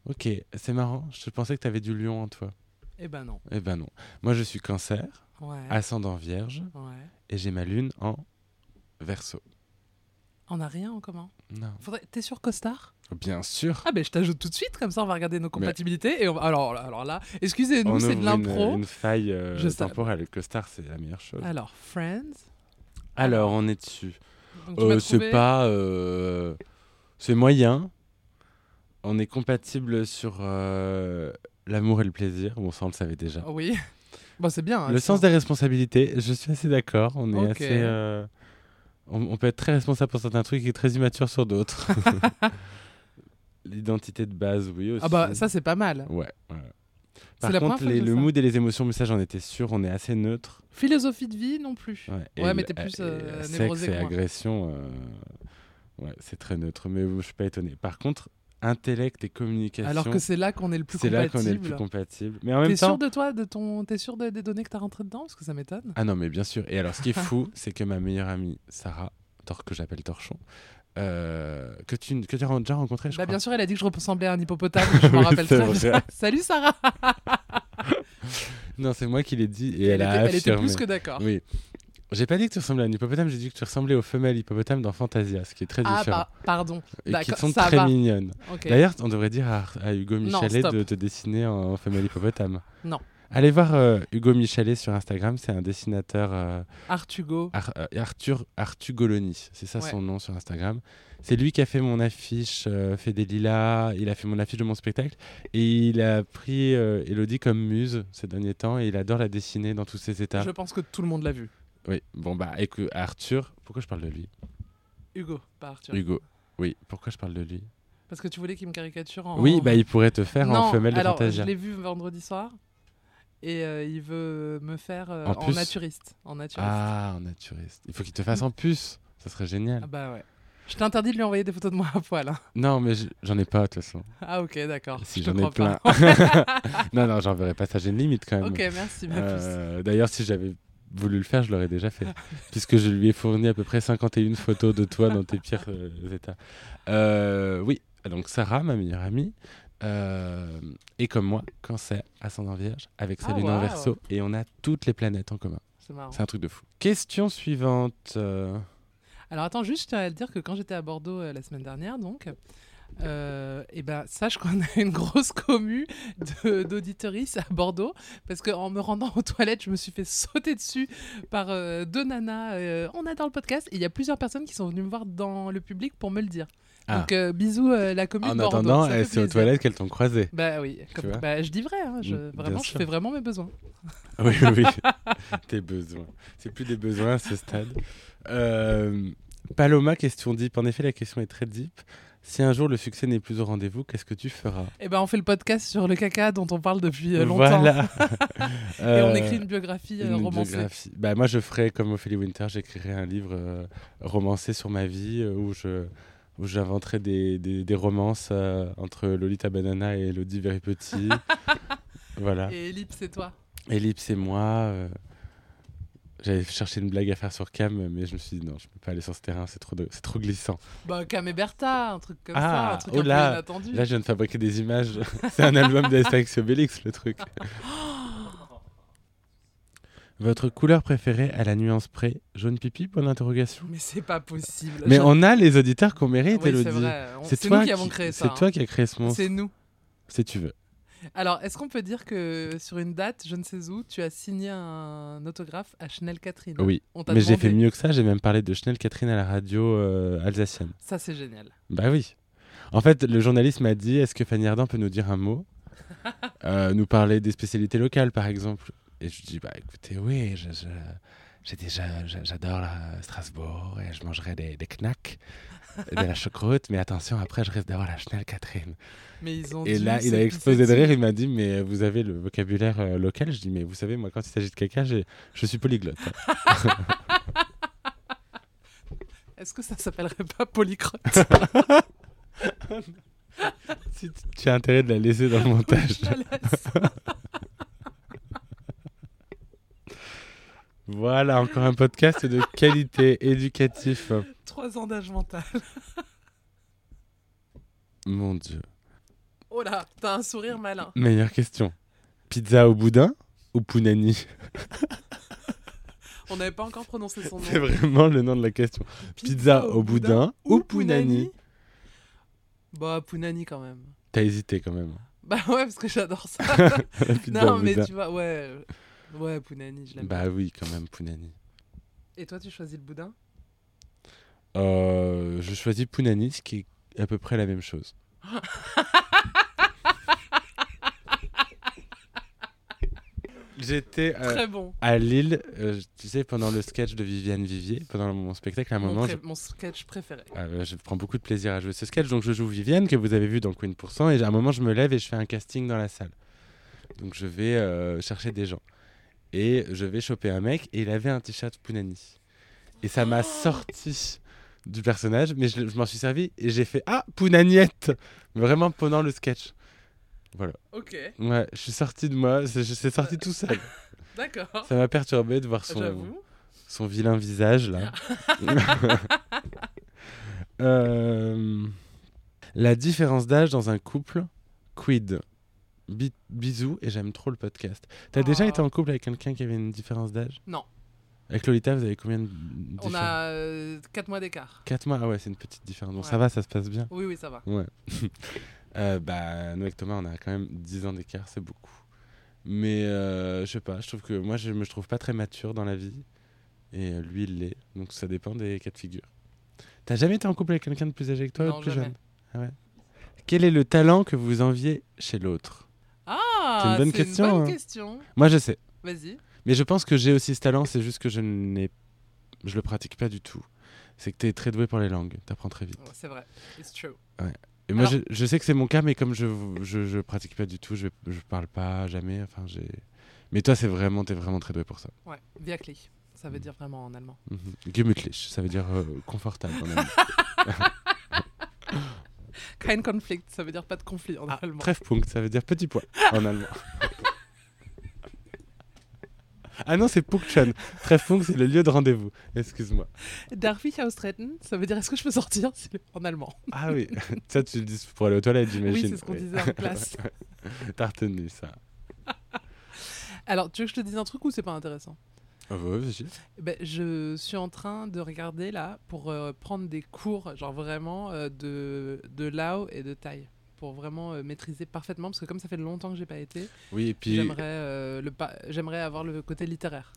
Ok, c'est marrant. Je pensais que t'avais du lion en toi.
Eh ben non.
Eh ben non. Moi, je suis cancer,
Ouais.
ascendant vierge,
ouais.
et j'ai ma lune en verso.
On a rien en commun.
Non.
Faudrait... T'es sur Costard
Bien sûr.
Ah ben je t'ajoute tout de suite, comme ça on va regarder nos compatibilités. Et on... alors, alors là,
On
excusez-nous, c'est de
ouvre une-
l'impro.
Une, faille euh,
Je sais. Ah.
temporelle. Que star, c'est la meilleure chose.
Alors, Friends.
Alors, on est dessus.
Donc, tu
Euh,
m'as
c'est
trouvé-
pas. euh, c'est moyen. On est compatible sur euh, l'amour et le plaisir. Bon, ça, on le savait déjà.
Oh Oui. Bon, c'est bien. hein,
Le
tu
sens
vois.
des responsabilités, je suis assez d'accord. On est
Ok.
assez. euh, on, on peut être très responsable pour certains trucs et très immature sur d'autres. L'identité de base, oui aussi.
Ah bah ça c'est pas mal.
Ouais. ouais. Par
la première fois
contre,
que
les-
je
le
fais ça.
mood et les émotions, mais ça, j'en étais sûr, on est assez neutre.
Philosophie de vie non plus.
Ouais,
Ouais,
le-
mais t'es plus,
et,
euh,
sexe
névrosé
et
que moi.
agression, euh, ouais, c'est très neutre, mais je suis pas étonné. Par contre, intellect et communication.
Alors que c'est là qu'on est le plus
c'est là qu'on est le plus
compatible.
compatible. Mais en
T'es
même
sûr
temps.
de toi, de ton, t'es sûr de- des données que t'as rentrées dedans parce que ça m'étonne.
Ah non, mais bien sûr. Et alors, ce qui est fou, c'est que ma meilleure amie, Sarah, Tor- que j'appelle Torchon, euh, que tu que tu as déjà rencontré, je
Bah,
crois.
bien sûr, elle a dit que je ressemblais à un hippopotame. Je m'en
Oui,
rappelle
c'est
très
vrai.
bien. Salut Sarah.
Non, c'est moi qui l'ai dit et elle, a
était, elle était
affirmé.
plus que d'accord.
Oui. J'ai pas dit que tu ressemblais à un hippopotame, j'ai dit que tu ressemblais aux femelles hippopotames dans Fantasia, ce qui est très
Ah
différent.
par- pardon.
et qui
d'accord,
sont
ça
très
va.
mignonnes.
Ok.
D'ailleurs, on devrait dire à, à Hugo
Non,
Michalet
stop.
de te dessiner en femelle hippopotame.
Non.
Allez voir euh, Hugo Michalet sur Instagram, c'est un dessinateur euh,
Artugo.
Ar- euh, Arthur Artugoloni, c'est ça
Ouais.
son nom sur Instagram. C'est lui qui a fait mon affiche euh, fait des lilas, il a fait mon affiche de mon spectacle et il a pris euh, Elodie comme muse ces derniers temps et il adore la dessiner dans tous ses états.
Je pense que tout le monde l'a vu.
Oui, bon bah écoute Arthur, pourquoi je parle de lui
Hugo, pas Arthur.
Hugo. Oui, pourquoi je parle de lui
Parce que tu voulais qu'il me caricature en.
Oui, bah il pourrait te faire en
Oh. Non,
femelle de
alors,
Fantasia.
Je l'ai vu vendredi soir et euh, il veut me faire euh,
En
en,
plus-
naturiste. En naturiste. Ah.
Ah, en naturiste. Il faut qu'il te fasse en puce. Ça serait génial.
bah ouais. Je t'interdis de lui envoyer des photos de moi à poil. hein.
Non, mais je- j'en ai pas de toute façon.
Ah ok, d'accord.
Si
je te
j'en ai
crois
plein.
pas.
non, non, j'en verrai pas. Ça, j'ai une limite quand même.
ok, merci ma puce.
Euh, D'ailleurs, si j'avais voulu le faire, je l'aurais déjà fait, puisque je lui ai fourni à peu près 51 photos de toi dans tes pires euh, états. Euh, oui, donc Sarah, ma meilleure amie, euh, est comme moi, cancer, ascendant vierge, avec sa
Ah,
lune en
waouh.
verso, et on a toutes les planètes en commun.
C'est marrant.
C'est un truc de fou. Question suivante. euh,
Alors attends, juste je tiens à le dire que quand j'étais à Bordeaux euh, la semaine dernière, donc, euh, eh ben, sache qu'on a une grosse commu de- d'auditeurices à Bordeaux, parce qu'en me rendant aux toilettes, je me suis fait sauter dessus par euh, deux nanas. euh, on adore le podcast, et il y a plusieurs personnes qui sont venues me voir dans le public pour me le dire.
Ah.
Donc euh, bisous euh, la commu
En
de Bordeaux.
attendant,
ça
euh,
fait
c'est aux
plaisir.
toilettes qu'elles t'ont croisé.
Bah oui, comme-
vois.
bah, je dis vrai, hein, je,
Mm, bien
vraiment, je
sûr.
fais vraiment mes besoins.
Oui, oui, oui. Tes besoins. C'est plus des besoins à ce stade. Euh, Paloma, question deep. En effet, la question est très deep. Si un jour le succès n'est plus au rendez-vous, qu'est-ce que tu feras
Et ben on fait le podcast sur le caca dont on parle depuis euh, longtemps,
Voilà. Euh,
et on écrit une biographie euh, romancée.
biographie. Bah, moi, je ferais comme Ophélie Winter, j'écrirais un livre euh, romancé sur ma vie euh, où je où j'inventerais des, des, des romances euh, entre Lolita Banana et Elodie Very Petit. voilà.
Et Ellipse, c'est toi.
Ellipse et moi. euh, J'avais cherché une blague à faire sur Cam, mais je me suis dit non, je peux pas aller sur ce terrain, c'est trop, de- c'est trop glissant.
Bah, Cam et Bertha, un truc comme
Ah,
ça, un truc
oh
un peu
là,
inattendu.
Là, je viens de fabriquer des images. c'est un album d'Astérix et Obélix, le truc. Votre couleur préférée à la nuance près Jaune pipi Point d'interrogation.
Mais c'est pas possible.
Mais
Je-
on a les auditeurs qu'on mérite,
Ah Oui, c'est
Elodie.
vrai. On- C'est nous qui, avons créé ça.
C'est toi qui as créé ce
hein.
monstre,
C'est nous.
si tu veux.
Alors, est-ce qu'on peut dire que sur une date, je ne sais où, tu as signé un autographe à Chanel Catherine
Oui.
On t'a
Mais
Bah,
j'ai
demandé.
fait mieux que ça, j'ai même parlé de Chanel Catherine à la radio euh, alsacienne.
Ça, c'est génial.
Bah oui. En fait, le journaliste m'a dit est-ce que Fanny Ardant peut nous dire un mot Euh, Nous parler des spécialités locales, par exemple. Et je dis bah écoutez, oui, je- je- j'ai déjà, j'a- j'adore la- Strasbourg et je mangerai des, des knacks, de la choucroute, mais attention, après, je risque d'avoir la Chanel Catherine.
Mais ils ont
Et
dû
là, il
se
a
pisser
explosé de
dessus.
rire. Il m'a dit Mais vous avez le vocabulaire euh, local Je dis Mais vous savez, moi, quand il s'agit de caca, j'ai- je suis polyglotte.
Est-ce que ça s'appellerait pas polycrotte
Si tu- tu as intérêt de la laisser dans le montage.
Je la laisse.
Voilà, encore un podcast de qualité éducatif.
Trois ans d'âge mental.
Mon dieu.
Oh là, t'as un sourire malin.
Meilleure question. Pizza au boudin ou Pounani
On n'avait pas encore prononcé son nom.
C'est vraiment le nom de la question. Pizza au boudin ou Pounani
Bah, Pounani quand même.
T'as hésité quand même. hein.
Bah ouais, parce que j'adore ça.
La pizza
non,
au
mais
boudin.
tu vois, ouais. euh, Ouais, Pounani, je l'aime.
Bah oui, quand même, Pounani.
Et toi, tu choisis le boudin
Euh, je choisis Pounani, ce qui est à peu près la même chose. J'étais euh,
Très bon.
à Lille, euh, tu sais, pendant le sketch de Viviane Vivier, pendant mon spectacle, à un
Mon,
moment,
pré- mon sketch préféré.
Ah bah, je prends beaucoup de plaisir à jouer ce sketch. Donc je joue Viviane que vous avez vu dans Queen pour cent et à un moment je me lève et je fais un casting dans la salle. Donc je vais euh, chercher des gens et je vais choper un mec et il avait un t-shirt Pounani et ça m'a sorti du personnage, mais je, je m'en suis servi et j'ai fait Ah, Pounaniette Vraiment pendant le sketch.
Ok,
Ouais, je suis sorti de moi, c'est je- c'est sorti tout seul.
d'accord.
Ça m'a perturbé de voir son,
Ah, J'avoue.
son vilain visage là. Euh, la différence d'âge dans un couple, quid Bi- Bisous et j'aime trop le podcast. T'as déjà
Oh.
été en couple avec quelqu'un qui avait une différence d'âge
Non.
Avec Lolita, vous avez combien de
On
différences
a 4 mois d'écart.
4 mois, ah ouais, c'est une petite différence. Bon,
Ouais.
ça va, ça se passe bien.
Oui, oui, ça va.
Euh, bah, nous avec Thomas, on a quand même 10 ans d'écart, c'est beaucoup. Mais euh, je sais pas, je trouve que moi, je me je trouve pas très mature dans la vie. Et euh, lui, il l'est. Donc ça dépend des cas de figure. T'as jamais été en couple avec quelqu'un de plus âgé que toi ou
Non,
de plus
jamais.
jeune Ah ouais. Quel est le talent que vous enviez chez l'autre
Ah,
C'est une bonne question,
bonne
hein.
question.
Moi, je sais.
Vas-y.
Mais je pense que j'ai aussi ce talent, c'est juste que je n'ai. Je le pratique pas du tout. C'est que t'es très doué pour les langues, t'apprends très vite.
Ouais, c'est vrai. It's true.
Et moi,
Alors-
je, je sais que c'est mon cas, mais comme je, je, je pratique pas du tout, je, je parle pas jamais. Enfin, j'ai. Mais toi, c'est vraiment, t'es vraiment très doué pour ça.
Ouais, Viacli. Ça veut dire vraiment en allemand.
Mhm. Gemütlich, ça veut dire euh, confortable. en allemand.
Kein Conflict, ça veut dire pas de conflit
Ah.
en allemand.
Treffpunkt, ça veut dire petit poids en allemand. ah non, c'est Punktchen. Treffpunkt, c'est le lieu de rendez-vous. Excuse-moi.
Darf ich austreten Ça veut dire est-ce que je peux sortir C'est le- en allemand.
Ah oui, ça, tu le dis pour aller aux toilettes, j'imagine.
Oui, c'est ce qu'on disait en classe.
T'as retenu ça.
Alors, tu veux que je te dise un truc ou c'est pas intéressant
Ah ouais, vas-y.
Eh ben, Je suis en train de regarder là pour euh, prendre des cours, genre vraiment euh, de, de Lao et de Thaï, pour vraiment euh, maîtriser parfaitement, parce que comme ça fait longtemps que j'ai pas été,
Oui, et puis.
j'aimerais euh, le pa- j'aimerais avoir le côté littéraire.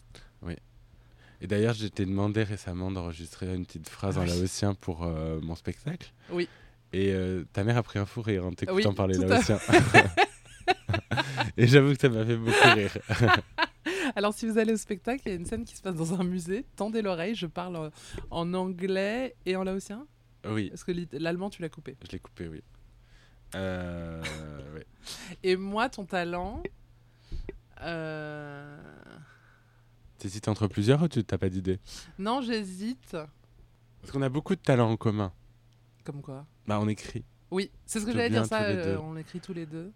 Et d'ailleurs, je t'ai demandé récemment d'enregistrer une petite phrase en
Ah Oui.
laotien pour euh, mon spectacle.
Oui.
Et euh, ta mère a pris un fou rire en t'écoutant
Oui,
parler
tout à
laotien. Et j'avoue que ça m'a fait beaucoup rire.
Alors, si vous allez au spectacle, il y a une scène qui se passe dans un musée. Tendez l'oreille, je parle en, en anglais et en laotien.
Oui,
Parce que lit- l'allemand, tu l'as coupé.
je l'ai coupé, oui. Euh, ouais.
Et moi, ton talent. euh,
T'hésites entre plusieurs ou tu t'as pas d'idée
Non, j'hésite.
Parce qu'on a beaucoup de talents en commun.
Comme quoi
Bah, on écrit.
Oui, c'est ce que
Plutôt
j'allais
bien
dire, ça,
tous les
euh,
deux.
on l'écrit tous les deux.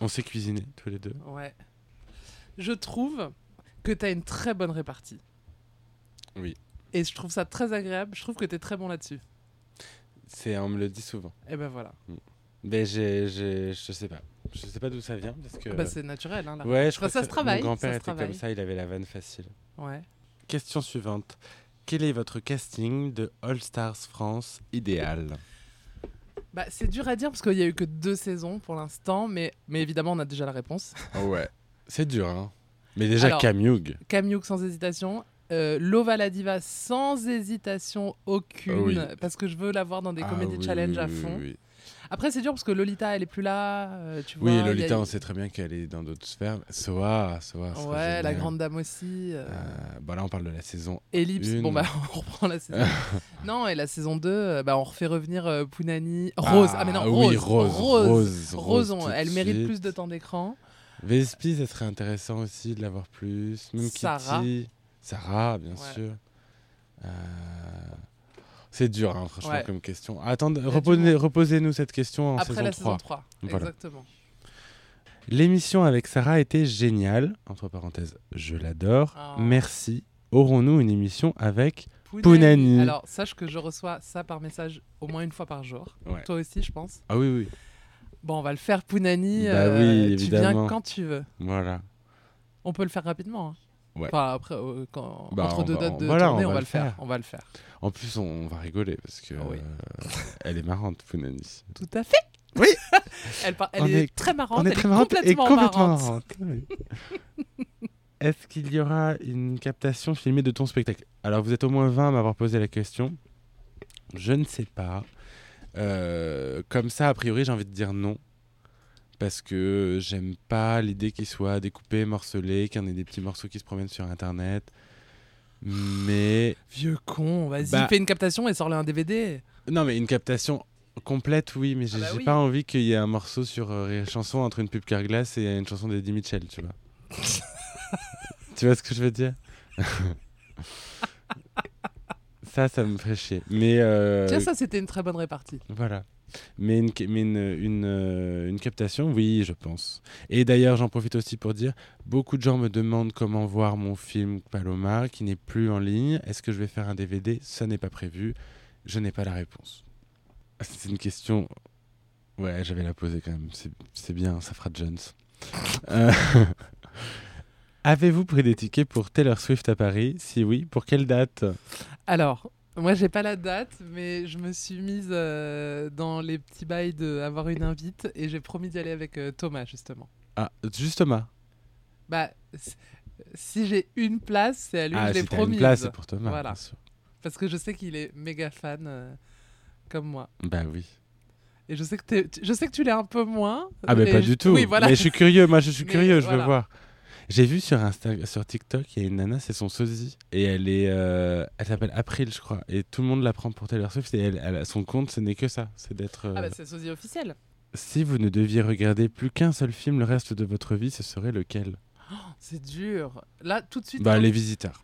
On sait cuisiner tous les deux.
Ouais. Je trouve que t'as une très bonne répartie.
Oui.
Et je trouve ça très agréable, je trouve que t'es très bon là-dessus.
C'est, on me le dit souvent.
Et ben voilà.
Mais j'ai, j'ai- je sais pas. Je sais pas d'où ça vient parce que.
Bah, c'est naturel, hein, là. Ouais.
ouais,
Bah,
je crois
ça
que
se travaille,
Mon grand-père
ça se
était comme
travaille.
ça, il avait la vanne facile. Question suivante. Quel est votre casting de All Stars France idéal
Bah, c'est dur à dire parce qu'il y a eu que deux saisons pour l'instant, mais, mais évidemment, on a déjà la réponse.
Oh Ouais. C'est dur, hein Mais déjà,
Alors-
Camioug.
Camiouk sans hésitation. Euh, Lova la diva sans hésitation aucune
Ah oui.
parce que je veux la voir dans des
Ah
comédies
oui,
challenge
oui,
à
oui,
fond.
Oui,
Après c'est dur parce que Lolita elle est plus là, euh, tu
Oui,
vois. il y a
Lolita,
eu-
on sait très bien qu'elle est dans d'autres sphères. Soa, Soa. serait
Ouais, la
génial.
grande dame aussi. euh,
Euh, bon, là, on parle de la saison.
Ellipse.
une.
Bon bah on reprend la saison. non et la saison 2, euh, bah on refait revenir euh, Pounani, Rose. Ah, mais non, Rose.
Bah, Oui, Rose.
Rose.
Rose,
Rose, on-
tout de
elle mérite
suite.
plus de temps d'écran.
Vespi, ça serait intéressant aussi de l'avoir plus. Même
Sarah.
Kitty. Sarah, bien
Ouais.
sûr. Euh, C'est dur, hein, franchement,
Ouais.
comme question. Attendez,
y a du
reposez-
monde.
reposez-nous cette question en
Après
saison
la
3.
saison 3.
Voilà.
Exactement.
L'émission avec Sarah était géniale. Entre parenthèses, je l'adore.
Ah.
Merci. Aurons-nous une émission avec Pounani.
Alors sache que je reçois ça par message au moins une fois par jour.
Ouais.
Toi aussi je pense.
Ah oui, oui.
Bon, on va le faire, Pounani.
Bah oui,
tu
évidemment.
viens quand tu veux.
Voilà.
On peut le faire rapidement. hein.
Ouais.
Enfin, après, euh, quand-
Bah,
entre
on
deux
va-
dates de
voilà,
tournée, on
on va
va,
le
le faire.
faire.
On va le faire.
En plus, on, on va rigoler parce que
Ah oui.
euh, elle est marrante, Pounani.
Tout à fait.
Oui.
elle par-
On
elle est,
est-
très marrante.
on est
elle
très marrante
complètement
et complètement
marrante.
marrante. Oui. Est-ce qu'il y aura une captation filmée de ton spectacle Alors, vous êtes au moins 20 à m'avoir posé la question. Je ne sais pas. Euh, comme ça, a priori, j'ai envie de dire non. Parce que j'aime pas l'idée qu'il soit découpé, morcelé, qu'il y en ait des petits morceaux qui se promènent sur Internet. Mais.
Vieux con, vas-y,
Bah.
fais une captation et sors-le un DVD.
Non, mais une captation complète, oui, mais j'ai
bah
j'ai
oui.
pas envie qu'il y ait un morceau sur euh, une chanson entre une pub Carglass et une chanson d'Eddie Mitchell, tu vois. tu vois ce que je veux dire Ça, ça me fait chier. Mais euh,
Tiens, ça, c'était une très bonne répartie.
Voilà. Mais, une, ca- mais une, une, euh, une captation, oui, je pense. Et d'ailleurs, j'en profite aussi pour dire, beaucoup de gens me demandent comment voir mon film Paloma, qui n'est plus en ligne. Est-ce que je vais faire un DVD Ça n'est pas prévu. Je n'ai pas la réponse. Ah, C'est une question... Ouais, j'avais la poser quand même. C'est- C'est bien, ça fera Jones. Euh, Avez-vous pris des tickets pour Taylor Swift à Paris Si oui, pour quelle date
Alors, moi, j'ai pas la date, mais je me suis mise euh, dans les petits bails de avoir une invite et j'ai promis d'y aller avec euh, Thomas, justement.
Ah, juste Thomas.
Bah, c- si j'ai une place, c'est à lui
ah,
que je l'ai
si t'as une
promise.
place, c'est pour Thomas,
Voilà.
bien sûr.
Parce que je sais qu'il est méga fan, euh, comme moi.
Bah oui.
Et je sais que, t'es- tu- je sais que tu l'es un peu moins.
Ah mais
et
pas
je-
du tout.
Oui, voilà.
Mais je suis curieux, moi je suis
Mais
curieux, je
voilà.
veux voir. J'ai vu sur Insta, sur TikTok, il y a une nana, c'est son sosie et elle est, euh, elle s'appelle April, je crois, et tout le monde la prend pour Taylor Swift et elle, elle a- son compte, ce n'est que ça, c'est d'être. euh,
Ah bah, c'est sosie officiel.
Si vous ne deviez regarder plus qu'un seul film le reste de votre vie, ce serait lequel
C'est dur. Là, tout de suite,
Bah
hein,
les visiteurs.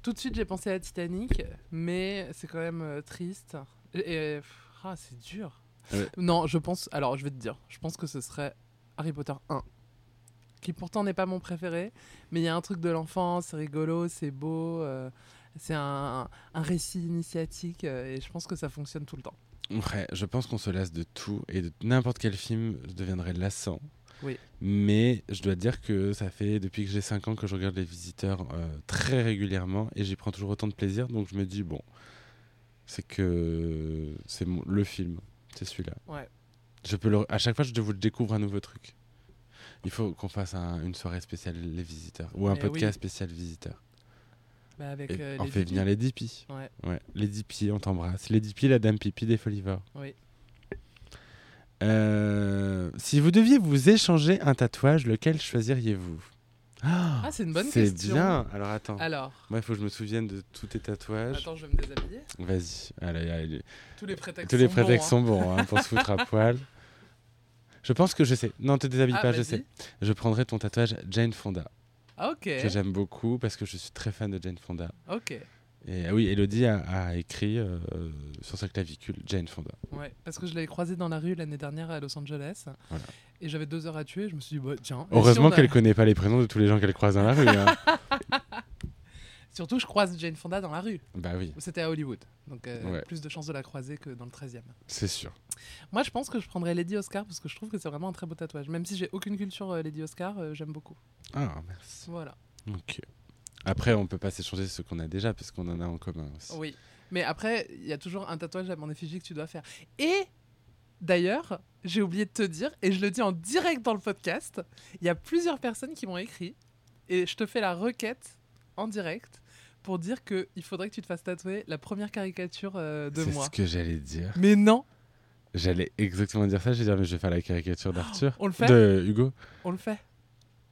tout de suite, j'ai pensé à Titanic, mais c'est quand même euh, triste. Et, et- pff, ah, c'est dur.
Ouais.
Non, je pense. Alors, je vais te dire. Je pense que ce serait Harry Potter 1, qui pourtant n'est pas mon préféré, mais il y a un truc de l'enfance, c'est rigolo, c'est beau. euh, c'est un, un récit initiatique euh, et je pense que ça fonctionne tout le temps.
Ouais, je pense qu'on se lasse de tout et de n'importe quel film je deviendrais lassant.
Oui.
Mais je dois dire que ça fait depuis que j'ai 5 ans que je regarde les visiteurs euh, très régulièrement et j'y prends toujours autant de plaisir. Donc je me dis, bon, c'est que c'est mon- le film, c'est celui-là.
Ouais.
Je peux le- à chaque fois, je vous découvre un nouveau truc. Il faut qu'on fasse un- une soirée spéciale Les Visiteurs ou un
Eh oui.
podcast spécial Visiteurs.
Bah, avec
Et
euh,
on
les
fait
Vikings.
venir les Dipi.
Ouais.
les Dipi, on t'embrasse. Les Dipi, la dame pipi des Folivores.
Oui.
Euh, si vous deviez vous échanger un tatouage, lequel choisiriez-vous
Ah, c'est une bonne
C'est
question.
bien. Alors attends.
Alors,
Moi, il faut que je me souvienne de tous tes tatouages.
attends, je vais me déshabiller.
Vas-y. Allez, allez.
Tous les prétextes
Tous les
sont
prétextes
bons, hein.
sont bons hein, pour se foutre à poil. Je pense que je sais. Non, te déshabille
Ah,
pas, je
vas-y.
sais. Je prendrai ton tatouage Jane Fonda,
Ah, ok.
que j'aime beaucoup parce que je suis très fan de Jane Fonda.
Ok.
Et ah oui, Elodie a, a écrit euh, sur sa clavicule Jane Fonda.
Ouais, parce que je l'avais croisée dans la rue l'année dernière à Los Angeles.
Voilà.
Et j'avais deux heures à tuer. Je me suis dit, bah, tiens. et si
Heureusement
on a-
qu'elle connaît pas les prénoms de tous les gens qu'elle croise dans la rue. hein.
Surtout, je croise Jane Fonda dans la rue.
bah oui,
C'était à Hollywood. Donc, euh,
Ouais.
plus de chances de la croiser que dans le 13 e
c'est sûr.
Moi, je pense que je prendrais Lady Oscar parce que je trouve que c'est vraiment un très beau tatouage. Même si j'ai aucune culture euh, Lady Oscar, euh, j'aime beaucoup.
Ah, merci.
Voilà.
Ok. Après, on peut pas s'échanger ce qu'on a déjà parce qu'on en a en commun aussi.
Oui. Mais après, il y a toujours un tatouage à mon effigie que tu dois faire. Et d'ailleurs, j'ai oublié de te dire, et je le dis en direct dans le podcast, il y a plusieurs personnes qui m'ont écrit, et je te fais la requête en direct pour dire que il faudrait que tu te fasses tatouer la première caricature euh, de
C'est
moi.
ce que j'allais dire.
Mais non,
J'allais exactement dire ça. J'ai dit, ah, mais je vais faire la caricature d'Arthur.
on le fait
De Hugo.
on le fait.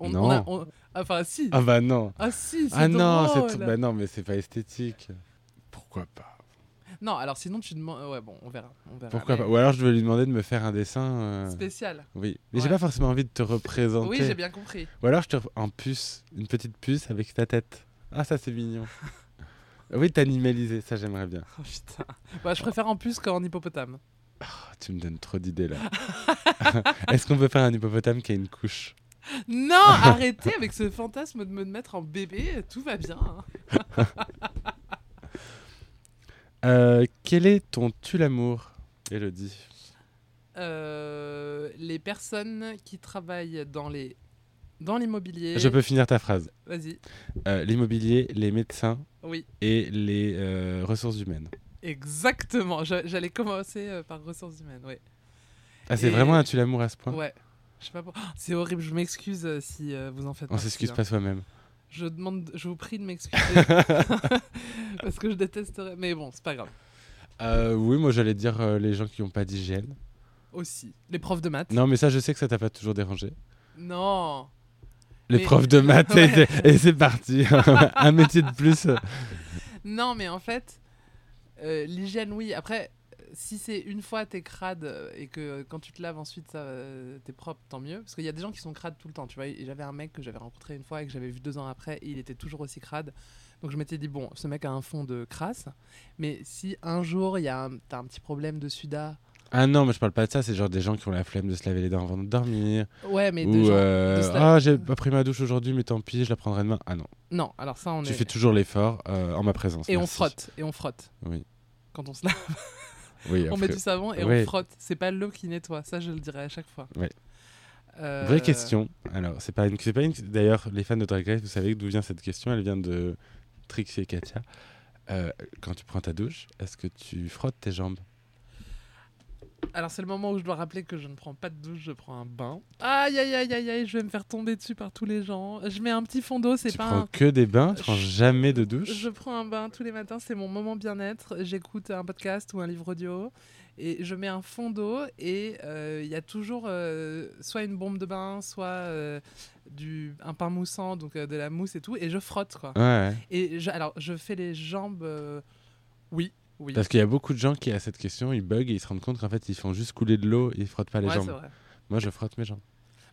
Non.
a- on- Enfin, si. Ah,
Ah bah non.
si, c'est
Ah non,
drôle.
c'est tout- bah non, mais c'est pas esthétique. Pourquoi pas
Non, alors sinon tu demandes... Ouais, bon, on verra. On verra
Pourquoi
mais-
pas Ou alors je vais lui demander de me faire un dessin. euh,
Spécial.
Oui, mais j'ai
Ouais.
pas forcément envie de te représenter.
Oui, j'ai bien compris.
Ou alors je te rep- un puce, une petite puce avec ta tête. Ah ça c'est mignon. oui, t'animaliser, ça j'aimerais bien.
Oh putain. Bah, je préfère en plus qu'en hippopotame.
Ah, tu me donnes trop d'idées là. Est-ce qu'on peut faire un hippopotame qui a une couche
Non, arrêtez avec ce fantasme de me mettre en bébé, tout va bien. hein.
Euh, Quel est ton tu l'amour, Elodie
Euh, les personnes qui travaillent dans les dans l'immobilier.
Je peux finir ta phrase.
Vas-y.
Euh, L'immobilier, les médecins
Oui,
et les euh, ressources humaines.
exactement. Je- J'allais commencer euh, par ressources humaines. Oui.
Ah c'est
Et-
vraiment un tu l'amour à ce point
Ouais. Je sais pas. pour- Oh, C'est horrible. Je m'excuse euh, si euh, vous en faites.
On
partie,
s'excuse
hein.
pas soi-même.
Je demande. Je vous prie de m'excuser parce que je détesterais. Mais bon, c'est pas grave.
Euh, oui, moi j'allais dire euh, les gens qui n'ont pas d'hygiène.
Aussi. Les profs de maths.
Non mais ça je sais que ça t'a pas toujours dérangé.
non.
Les
Mais-
profs de maths, et
Ouais.
c'est- et c'est parti. un métier de plus.
Non, mais en fait, euh, l'hygiène, oui. Après, euh, si c'est une fois t'es crade euh, et que euh, quand tu te laves ensuite, ça, euh, t'es propre, tant mieux. Parce qu'il y a des gens qui sont crades tout le temps, tu vois. Et J'avais un mec que j'avais rencontré une fois et que j'avais vu deux ans après, et il était toujours aussi crade. Donc je m'étais dit, bon, ce mec a un fond de crasse, mais si un jour, il y a un, t'as un petit problème de suda.
Ah non, mais je parle pas de ça, c'est genre des gens qui ont la flemme de se laver les dents avant de dormir.
Ouais, mais de
ou
gens-
euh,
se laver-
Ah, j'ai pas pris ma douche aujourd'hui, mais tant pis, je la prendrai demain. Ah non,
Non, alors ça, on
tu
est.
fais toujours l'effort euh, en ma présence.
et on
merci.
frotte, et on frotte.
Oui.
Quand on se lave,
Oui,
on
après-
met du savon et on
Ouais.
frotte. C'est pas l'eau qui nettoie, ça je le dirais à chaque fois.
Ouais.
Euh,
Vraie question. Alors, c'est pas une. c'est pas une... D'ailleurs, les fans de Drag Race, vous savez d'où vient cette question Elle vient de Trixie et Katia. Euh, quand tu prends ta douche, est-ce que tu frottes tes jambes
Alors c'est le moment où je dois rappeler que je ne prends pas de douche, je prends un bain. Aïe aïe aïe aïe aïe, je vais me faire tomber dessus par tous les gens. Je mets un petit fond d'eau, c'est
Tu
pas
prends
un...
que des bains, tu prends
Je-
jamais de douche.
Je prends un bain tous les matins, c'est mon moment bien-être. J'écoute un podcast ou un livre audio et je mets un fond d'eau et euh, il y a toujours euh, soit une bombe de bain, soit euh, du, un pain moussant, donc euh, de la mousse et tout, et je frotte quoi.
Ouais, ouais.
Et je, alors je fais les jambes. euh, Oui, oui.
Parce qu'il y a beaucoup de gens qui, à cette question, ils bug et ils se rendent compte qu'en fait, ils font juste couler de l'eau et ils frottent pas les
Ouais, c'est
jambes.
vrai.
Moi, je frotte mes jambes.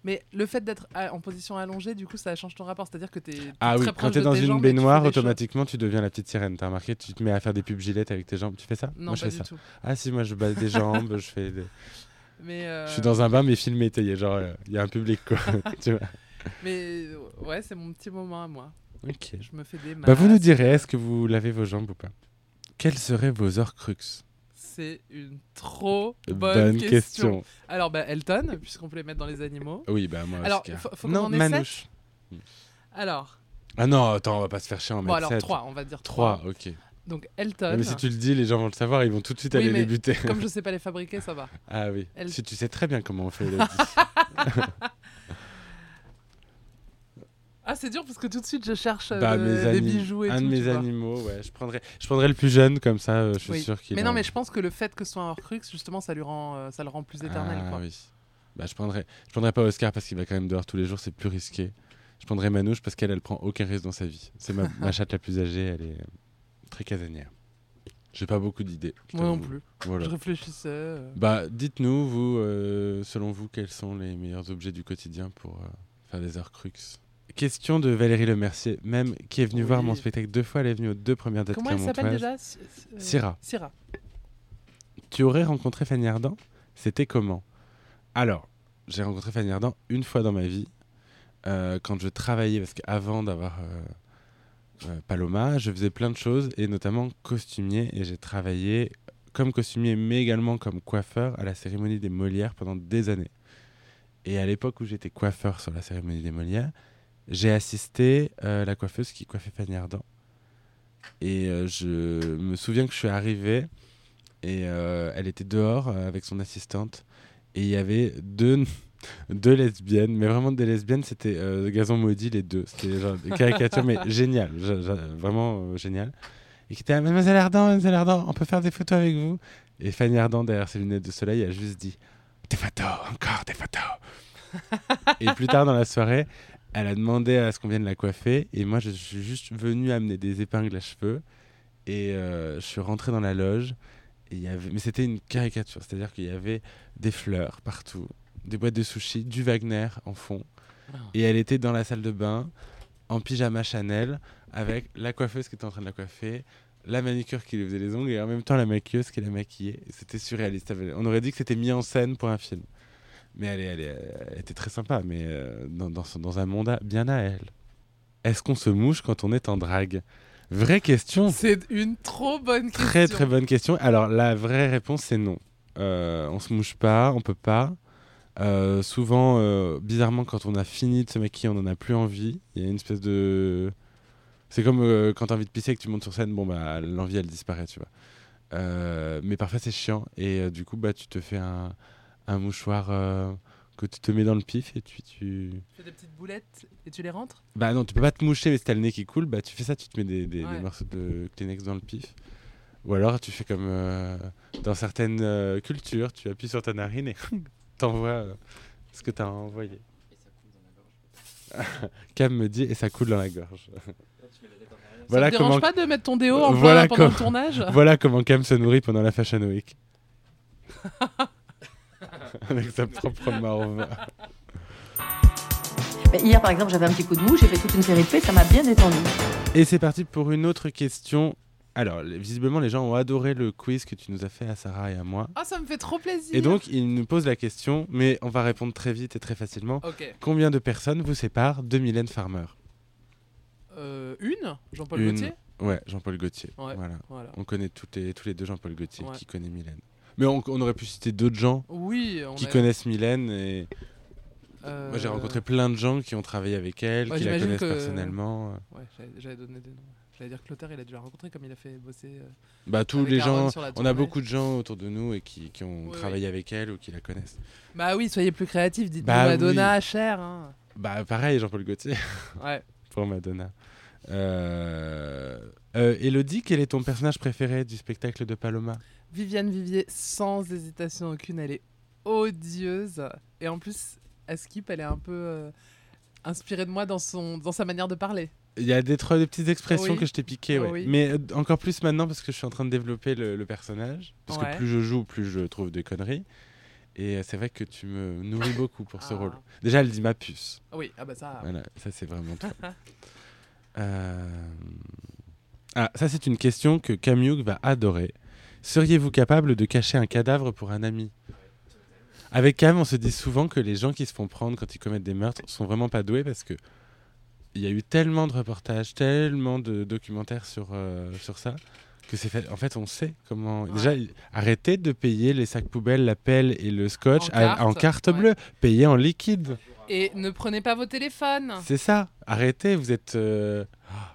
Mais le fait d'être à- en position allongée, du coup, ça change ton rapport. C'est-à-dire que t'es t'es
Ah
très
oui,
proche
quand t'es
de
dans
tes
une
jambes et tu fais
baignoire,
des choses.
automatiquement, tu deviens la petite sirène. T'as remarqué, tu te mets à faire des pubs gilettes avec tes jambes. Tu fais ça
Non,
Moi, je
pas
fais
du
ça.
tout. Euh,
Ah si, moi, je bats des jambes, je fais. des-
Mais,
Je
euh,
suis dans un bain, mais filmé. t'es- Il y a genre, euh, il y a un public, quoi. tu vois
mais euh, ouais, c'est mon petit moment à moi.
Ok.
Je me fais des
Bah, vous nous
masques.
direz, est-ce que vous lavez vos jambes ou pas Quelles seraient vos horcruxes
C'est une trop bonne, question. Alors, bah, Elton, puisqu'on peut les mettre dans les animaux.
Oui, bah moi,
Alors,
Oscar.
faut- faut qu'on
non,
en ait
Manouche.
Alors,
Ah non, attends, on va pas se faire chier en
bon,
mettre
alors
sept.
3, on va dire 3.
3, ok.
Donc,
Ah,
Elton,
mais si tu le dis, les gens vont le savoir, ils vont tout de suite
Oui,
aller
mais-
les buter.
comme je sais pas les fabriquer, ça va.
Ah oui.
Elle-
Si tu sais très bien comment on fait, Elodie.
Ah, c'est dur parce que tout de suite, je cherche euh,
Bah,
de-
mes
des
anim-
bijoux et
un
tout.
de
tu
mes
vois.
animaux, ouais. Je prendrais, je prendrais le plus jeune, comme ça, euh, je suis
Oui.
sûr qu'il
Mais
a
non,
envie.
mais je pense que le fait que ce soit un Horcrux, justement, ça lui rend, euh, ça le rend plus éternel.
Ah
quoi.
oui. Bah, je prendrais, je prendrais pas Oscar parce qu'il va quand même dehors tous les jours, c'est plus risqué. Je prendrais Manouche parce qu'elle, elle prend aucun risque dans sa vie. C'est ma, ma chatte la plus âgée, elle est euh, très casanière. J'ai pas beaucoup d'idées. je
Moi non
t'avoue.
plus.
Voilà.
Je réfléchissais. euh,
Bah, dites-nous, vous, euh, selon vous, quels sont les meilleurs objets du quotidien pour euh, faire des horcruxes Question de Valérie Lemercier, même qui est venue
Oui.
voir mon spectacle deux fois, elle est venue aux deux premières dates
Comment elle s'appelle
clermontoises.
déjà S- s- euh,
Syrah.
Syrah.
Tu aurais rencontré Fanny Ardant C'était comment Alors, j'ai rencontré Fanny Ardant une fois dans ma vie, euh, quand je travaillais, parce qu'avant d'avoir euh, euh, Paloma, je faisais plein de choses, et notamment costumier, et j'ai travaillé comme costumier, mais également comme coiffeur à la cérémonie des Molières pendant des années. Et à l'époque où j'étais coiffeur sur la cérémonie des Molières, j'ai assisté euh, la coiffeuse qui coiffait Fanny Ardant. Et euh, je me souviens que je suis arrivé et euh, elle était dehors euh, avec son assistante et il y avait deux deux lesbiennes mais vraiment des lesbiennes c'était euh, Gazon maudit les deux c'était genre des caricatures mais génial Je- je- vraiment euh, génial et qui était ah, Mademoiselle Ardant Mademoiselle Ardant on peut faire des photos avec vous et Fanny Ardant derrière ses lunettes de soleil a juste dit des photos encore des photos et plus tard dans la soirée elle a demandé à ce qu'on vienne la coiffer et moi je suis juste venu amener des épingles à cheveux et euh, je suis rentré dans la loge et il y avait- Mais c'était une caricature, c'est-à-dire qu'il y avait des fleurs partout, des boîtes de sushi, du Wagner en fond. Et elle était dans la salle de bain, en pyjama Chanel, avec la coiffeuse qui était en train de la coiffer, la manicure qui lui faisait les ongles et en même temps la maquilleuse qui la maquillait. Et C'était surréaliste. Ça avait- On aurait dit que c'était mis en scène pour un film. Mais elle, est- elle est- elle était très sympa, mais euh, dans, dans son- dans un monde à- bien à elle. Est-ce qu'on se mouche quand on est en drague Vraie question
C'est une trop bonne question.
Mmh. Très très bonne question. Alors la vraie réponse c'est non. Euh, on se mouche pas, on peut pas. Euh, souvent, euh, bizarrement, quand on a fini de se maquiller, on n'en a plus envie. Il y a une espèce de. C'est comme euh, quand t'as envie de pisser et que tu montes sur scène, bon bah l'envie elle disparaît, tu vois. Euh, mais parfois c'est chiant et euh, du coup bah tu te fais un, un mouchoir euh, que tu te mets dans le pif et puis tu.
Tu fais des petites boulettes et tu les rentres
Bah non, tu peux pas te moucher, mais si t'as le nez qui coule, bah tu fais ça, tu te mets des, des- des
Ouais.
morceaux de Kleenex dans le pif. Ou alors tu fais comme euh, dans certaines euh, cultures, tu appuies sur ta narine et t'envoies euh, ce que t'as envoyé.
Et ça coule dans la gorge.
Cam me dit et ça coule dans la gorge.
Là, tu mets la tête en arrière.
Voilà
Ça te dérange
comment- Euh,
pas de mettre ton déo en
Voilà
plein pendant
comment-
le tournage
voilà comment Cam se nourrit pendant la Fashion Week. Avec sa propre morve.
Mais Hier, par exemple, j'avais un petit coup de mou, j'ai fait toute une série de faits, ça m'a bien détendu.
Et c'est parti pour une autre question. Alors, les- visiblement, les gens ont adoré le quiz que tu nous as fait à Sarah et à moi.
Ah, ça me fait trop plaisir.
Et donc, ils nous posent la question, mais on va répondre très vite et très facilement.
Ok.
Combien de personnes vous séparent de Mylène Farmer
Euh, une Jean-Paul
Une.
Gaultier
Ouais, Jean-Paul Gaultier.
Ouais.
Voilà.
Voilà.
On connaît tous les, tous les deux Jean-Paul Gaultier
Ouais.
qui connaît Mylène. Mais on, on aurait pu citer d'autres gens
Oui, on
qui
a-
connaissent Mylène. Et...
euh,
Moi, j'ai rencontré plein de gens qui ont travaillé avec elle,
Ouais,
qui la
j'imagine
connaissent
que-
personnellement.
Ouais, j'allais- j'allais donner des noms. J'allais dire que Clotaire, il a dû la rencontrer comme il a fait bosser. euh,
Bah, tous
Avec
les
Aaron
gens.
sur la
On a
tournée.
beaucoup de gens autour de nous et qui, qui ont
Oui,
travaillé avec elle ou qui la connaissent.
Bah oui, soyez plus créatifs, dites-nous
Bah
Madonna, cher. hein.
Bah, pareil, Jean-Paul Gaultier.
Ouais.
pour Madonna. Euh... euh, Elodie, quel est ton personnage préféré du spectacle de Paloma
Viviane Vivier, sans hésitation aucune, elle est odieuse. Et en plus, Askip, elle est un peu euh, inspirée de moi dans, son, dans sa manière de parler.
Il y a des trois des petites expressions
Oui.
que je t'ai piquées, ouais.
Oui.
mais euh, encore plus maintenant parce que je suis en train de développer le, le personnage. Parce
Ouais.
que plus je joue, plus je trouve des conneries. Et euh, c'est vrai que tu me nourris beaucoup pour ce
Ah.
rôle. Déjà, elle dit ma puce.
Ah Oui, ah bah ça.
Voilà, ça c'est vraiment toi. Euh, Ah, ça c'est une question que Camille va adorer. Seriez-vous capable de cacher un cadavre pour un ami Avec Cam, on se dit souvent que les gens qui se font prendre quand ils commettent des meurtres sont vraiment pas doués parce que il y a eu tellement de reportages, tellement de documentaires sur, euh, sur ça que c'est fait. En fait, on sait comment.
Ouais.
Déjà, il- arrêtez de payer les sacs poubelles, la pelle et le scotch
En
à-
carte,
en carte
ouais.
bleue. Payez en liquide.
Et ne prenez pas vos téléphones.
C'est ça. Arrêtez, vous êtes, euh,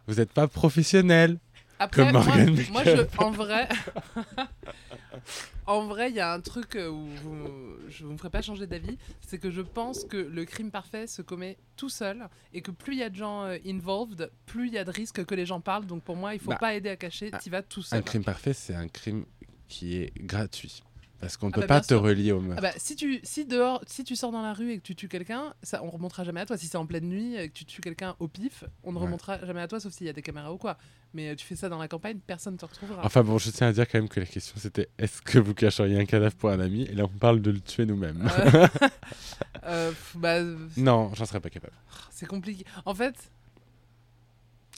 vous êtes pas professionnel.
Après,
Comme
moi,
Morgane
moi,
Bacon.
je, en vrai, en vrai, il y a un truc euh, où vous- je vous me ferai pas changer d'avis, c'est que je pense que le crime parfait se commet tout seul et que plus il y a de gens euh, involved, plus il y a de risques que les gens parlent. Donc pour moi, il faut
Bah,
pas aider à cacher,
un-
t'y vas tout
Un
seul.
crime parfait, c'est un crime qui est gratuit. Parce qu'on ne
Ah
peut
bah,
pas
bien
te
sûr.
relier au
Ah
meurtre.
bah, si tu si dehors si tu sors dans la rue et que tu tues quelqu'un, ça on remontera jamais à toi. Si c'est en pleine nuit et que tu tues quelqu'un au pif, on ne
Ouais.
remontera jamais à toi sauf s'il y a des caméras ou quoi. Mais euh, tu fais ça dans la campagne, personne te retrouvera.
Enfin bon, je tiens à dire quand même que la question c'était est-ce que vous cacheriez un cadavre pour un ami Et là, on parle de le tuer nous-mêmes.
Euh, euh, pff, bah,
non, j'en serais pas capable.
C'est compliqué. En fait,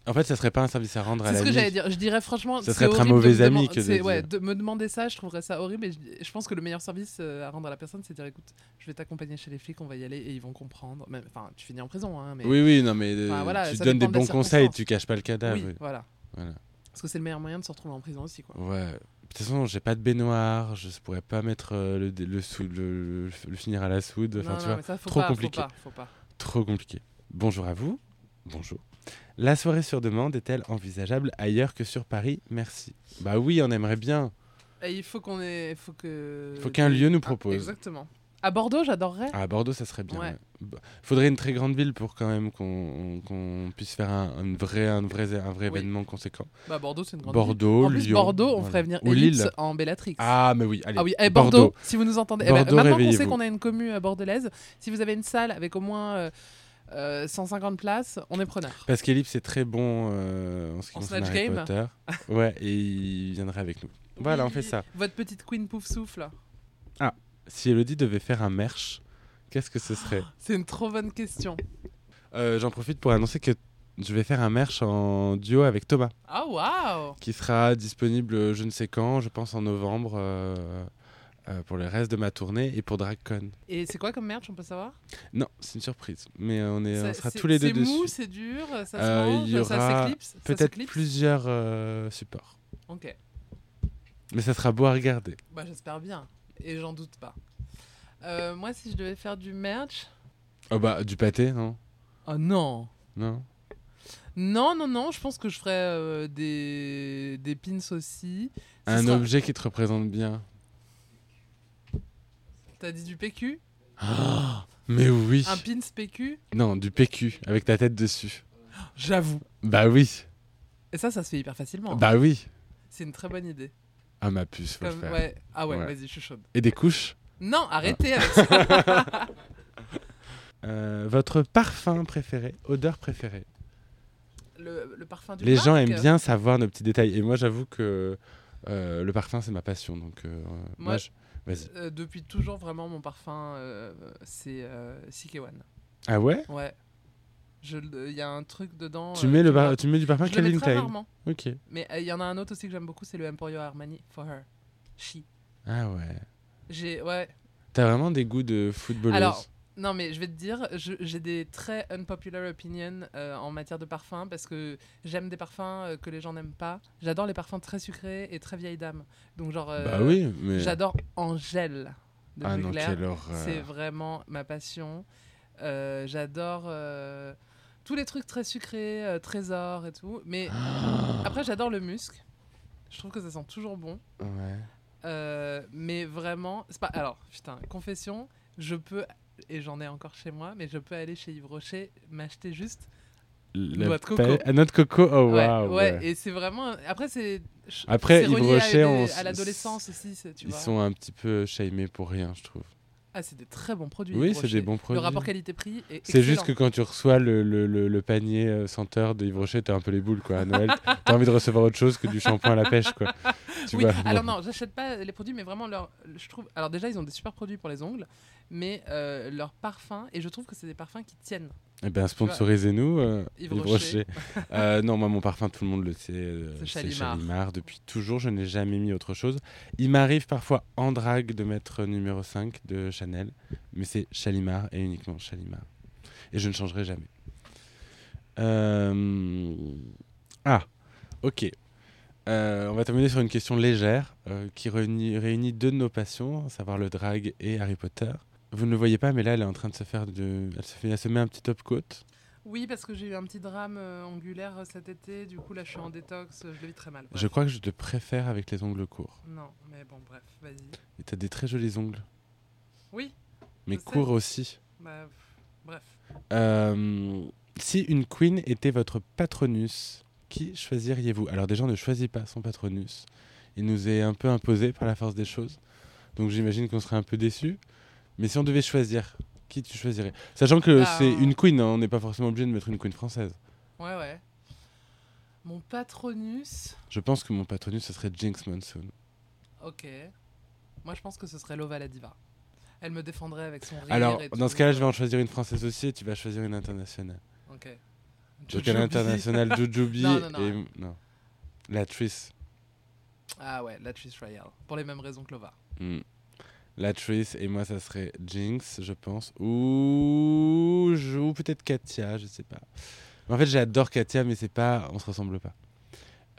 En fait, ça serait pas un service à rendre à
c'est ce que j'allais
l'ami.
dire. Je dirais franchement,
Ça
c'est
serait être
horrible
un
de
mauvais
me
ami
deman-
que de
c'est- ouais,
dire.
de me demander ça, je trouverais ça horrible. Et je, je pense que le meilleur service euh, à rendre à la personne, c'est de dire écoute, je vais t'accompagner chez les flics, on va y aller et ils vont comprendre. Même- Enfin, tu finis en prison, hein, mais
Oui, oui, non, mais euh,
Enfin, voilà,
tu
ça
donnes des
dépend des
bons conseils,
circonstances.
tu caches pas le cadavre.
Oui, voilà.
Voilà.
Parce que c'est le meilleur moyen de se retrouver en prison aussi, quoi.
Ouais. De toute façon, j'ai pas de baignoire, je pourrais pas mettre euh, le, le, sou- le- le- le finir à la soude. Enfin,
non,
tu
non,
vois.
mais ça, faut
trop
pas,
compliqué.
Faut pas, faut pas.
Trop compliqué. Bonjour à vous. Bonjour. La soirée sur demande est-elle envisageable ailleurs que sur Paris Merci. Bah oui, on aimerait bien.
Et il faut qu'on ait, faut que. Ah,
Faut qu'un lieu nous propose. Ah.
exactement. À Bordeaux, j'adorerais.
À Bordeaux, ça serait bien.
Ouais.
ouais. Bah, Faudrait une très grande ville pour quand même qu'on qu'on puisse faire un, une vraie- un vrai, un vrai
Oui.
événement conséquent.
Bah, Bordeaux, c'est une grande ville.
Bordeaux,
En plus,
Lyon.
Bordeaux, on
voilà.
ferait venir
Ou
Elite
Lille.
en Bellatrix.
Ah, mais oui, allez.
Ah oui, eh, Bordeaux, si vous nous entendez. Eh ben,
Bordeaux,
maintenant qu'on sait
réveillez-vous.
qu'on a une commune euh, bordelaise, si vous avez une salle avec au moins euh, euh, 150 places, on est preneur.
Parce qu'Ellipse est très bon euh, en ce qui
En
concerne
Snatch
Harry
Game.
Potter. Ouais, et il viendrait avec nous. Voilà, on fait ça.
Votre petite Queen Pouf Souffle,
Si Elodie devait faire un merch, qu'est-ce que ce serait
c'est une trop bonne question.
Euh, J'en profite pour annoncer que je vais faire un merch en duo avec Thomas,
Ah waouh
qui sera disponible euh, je ne sais quand, je pense en novembre, euh, euh, pour le reste de ma tournée et pour DragCon.
Et c'est quoi comme merch, on peut savoir
Non, c'est une surprise, mais on, est, on
Ça-
sera
c'est-
tous les deux
C'est mou,
dessus.
c'est dur, ça se
Euh, il y
mange, ça
aura
s'éclipse ça
Peut-être
s'éclipse
plusieurs euh, supports.
Ok,
Mais ça sera beau à regarder.
bah, j'espère bien, et j'en doute pas. Euh, moi, si je devais faire du merch...
Oh bah, du pâté, non
Oh non
Ah, Non
Non, non, non, je pense que je ferais euh, des... des pins aussi. Ce
Un
sera-
objet qui te représente bien.
T'as dit du PQ
Ah, mais oui
Un pins PQ
Non, du PQ, avec ta tête dessus.
J'avoue.
Bah oui
Et ça, ça se fait hyper facilement. hein.
Bah oui
C'est une très bonne idée.
Ah, ma puce, faut le
Comme-
faire.
ouais. Ah ouais,
Ouais. Ah.
vas-y, je suis chaude.
Et des couches
Non, arrêtez avec ça.
Euh, votre parfum préféré, odeur préférée.
Le, le parfum du
Les gens
parc,
aiment bien savoir nos petits détails. Et moi, j'avoue que euh, le parfum, c'est ma passion. Donc, euh, moi, je- vas-y.
euh, depuis toujours, vraiment, mon parfum, euh, c'est euh, Sikewan.
Ah ouais
Ouais. Je le- Il y a un truc dedans.
Tu
euh,
mets, le
vois.
bar- tu mets du parfum
Je le mets
Calvin
très
Klein.
rarement.
Ok.
Mais euh, il y en a un autre aussi que j'aime beaucoup, c'est le Emporio Armani For Her. She.
Ah ouais.
J'ai, ouais.
T'as vraiment des goûts de footballeuse.
Alors, non, mais je vais te dire, je- j'ai des très unpopular opinions euh, en matière de parfums parce que j'aime des parfums euh, que les gens n'aiment pas. J'adore les parfums très sucrés et très vieille dame. Donc, genre, euh,
bah oui, mais.
j'adore Angèle de
Ah non,
Mugler.
quelle horreur.
C'est vraiment ma passion. Euh, J'adore euh, tous les trucs très sucrés, euh, trésor et tout. Mais
Ah.
après, j'adore le musc. Je trouve que ça sent toujours bon.
Ouais.
Euh, mais vraiment, c'est pas. Alors, putain, confession, je peux et j'en ai encore chez moi, mais je peux aller chez Yves Rocher m'acheter juste.
La
Noix de coco.
paille- Ah, noix de coco, oh
ouais,
waouh.
ouais,
ouais.
Et c'est vraiment. Après, c'est. je-
Après,
c'est
Yves
relié à
Rocher,
des-
on s-
à, l'adolescence aussi, c'est- tu
Ils
vois.
sont un petit peu shamés pour rien, je trouve.
Ah, c'est des très bons produits.
Oui,
Yves
c'est des
Rocher.
bons produits.
Le rapport qualité-prix est.
C'est
excellent.
juste que quand tu reçois le, le, le, le panier euh, senteur de Yves Rocher, t'as un peu les boules, quoi. À Noël, t'as envie de recevoir autre chose que du shampoing à la pêche, quoi. Tu
oui,
vois,
alors
bon.
non, j'achète pas les produits, mais vraiment leur, je trouve. Alors déjà, ils ont des super produits pour les ongles, mais euh, leurs parfums et je trouve que c'est des parfums qui tiennent.
Eh ben, sponsorisez-nous, euh,
Yves
Yves
Rocher.
Rocher. Euh, non, moi, mon parfum, tout le monde le sait, euh,
C'est
c'est
Chalimard.
Chalimard. Depuis toujours, je n'ai jamais mis autre chose. Il m'arrive parfois en drague de mettre euh, numéro 5 de Chanel, mais c'est Chalimard et uniquement Chalimard. Et je ne changerai jamais. Euh, Ah, ok. Euh, on va terminer sur une question légère euh, qui réunit, réunit deux de nos passions, à savoir le drag et Harry Potter. Vous ne le voyez pas, mais là, elle est en train de se faire de... Elle se, fait... elle se met un petit top coat.
Oui, parce que j'ai eu un petit drame euh, angulaire euh, cet été, du coup là, je suis en détox, euh, je le vis très mal. Bref.
Je crois que je te préfère avec les ongles courts.
Non, mais bon, bref, vas-y.
Et t'as des très jolis ongles,
Oui,
mais
Je sais.
courts aussi.
bah, pff, bref.
Euh, si une queen était votre patronus, qui choisiriez-vous Alors déjà, on ne choisit pas son patronus. Il nous est un peu imposé par la force des choses. Donc j'imagine qu'on serait un peu déçu. Mais si on devait choisir, qui tu choisirais Sachant que
Bah,
c'est
on-
une queen, hein, on n'est pas forcément obligé de mettre une queen française.
Ouais, ouais. Mon patronus,
Je pense que mon patronus, ce serait Jinx Monsoon.
ok. Moi, je pense que ce serait Lova la diva. Elle me défendrait avec son rire.
Alors,
et
dans
tout,
ce cas-là, je vais
euh,
en choisir une française aussi et tu vas choisir une internationale.
Ok.
Donc
Jojo
à
Bizzy.
l'international, Jujubi
Non, non, non.
et... Non. La Trice.
Ah ouais, la Trish Royale. Pour les mêmes raisons que Lova.
Mm. La Trice et moi, ça serait Jinx, je pense. Ou, je- ou peut-être Katia, je sais pas. Mais en fait, j'adore Katia, mais c'est pas... On se ressemble pas.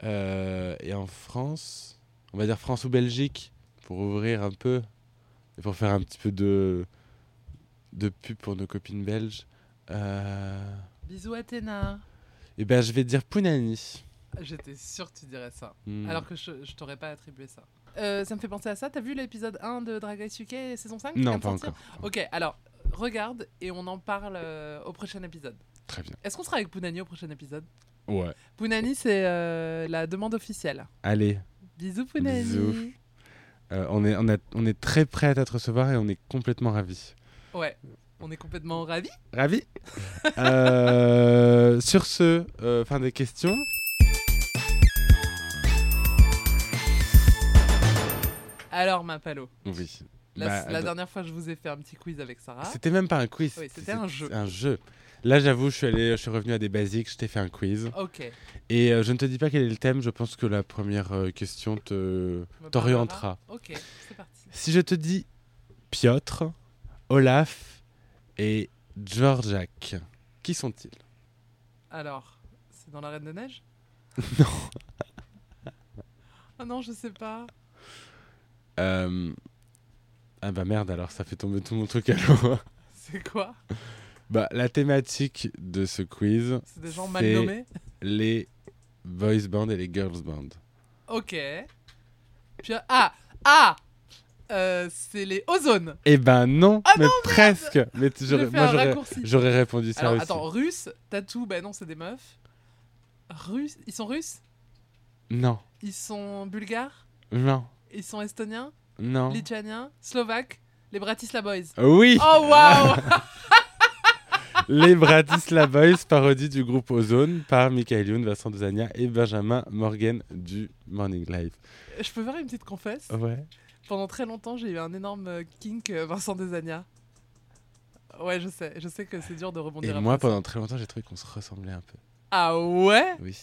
Euh, et en France, on va dire France ou Belgique, pour ouvrir un peu, et pour faire un petit peu de, de pub pour nos copines belges. Euh,
Bisous, Athéna.
et ben, je vais dire Pounani.
J'étais sûre que tu dirais ça.
Mm.
Alors que je, je t'aurais pas attribué ça. Euh, ça me fait penser à ça. T'as vu l'épisode 1 de Drag Race UK saison 5 qui vient
non,
de
pas
sortir
encore.
Ok, alors regarde et on en parle euh, au prochain épisode.
Très bien.
Est-ce qu'on sera avec Pounani au prochain épisode
Ouais.
Pounani, c'est euh, la demande officielle.
Allez,
Bisous, Pounani.
Bisous. euh, on, est, on, a- on est très prêt à te recevoir et on est complètement ravis.
Ouais, on est complètement ravis.
Ravis Euh, Sur ce, euh, fin des questions.
Alors, ma palo,
Oui.
la,
Bah,
la
bah,
dernière fois, je vous ai fait un petit quiz avec Sarah.
C'était même pas un quiz.
Oui, c'était un jeu.
Un jeu. Là, j'avoue, je suis allé, je suis revenu à des basiques. Je t'ai fait un quiz
Ok.
et euh, je ne te dis pas quel est le thème. Je pense que la première euh, question te
me
t'orientera.
parlera. Ok, c'est parti.
Si je te dis Piotr, Olaf et Georgiak, qui sont-ils
Alors, c'est dans la Reine de Neige Non. Ah non, je sais pas.
Euh, Ah bah merde, alors ça fait tomber tout mon truc à l'eau.
C'est quoi
bah, la thématique de ce quiz,
C'est des gens mal
C'est-
nommés
les boys bands et les girls bands.
Ok. Puis, ah Ah Euh, C'est les ozones.
Eh ben non,
Ah
mais presque. Mais t-
J'ai
j'aurais-
fait
moi
un
j'aurais,
raccourci.
j'aurais répondu ça
Alors
aussi.
attends, russe, tatou, bah non, c'est des meufs. Russe, ils sont russes
Non,
Ils sont bulgares
non,
Ils sont estoniens
non.
Lituaniens Slovaques Les Bratislava Boys.
Oui,
Oh waouh
Ah.
Ah.
les Bratislava Boys, parodie du groupe Ozone par Michael Youn, Vincent Dezania et Benjamin Morgan du Morning Live.
Je peux faire une petite
Oh.
confesse
Ouais.
Pendant très longtemps, j'ai eu un énorme euh, kink euh, Vincent Desagna. Ouais, je sais, je sais que c'est dur de
Et
rebondir.
moi,
après ça.
pendant très longtemps, j'ai trouvé qu'on se ressemblait un peu.
Ah ouais
Oui.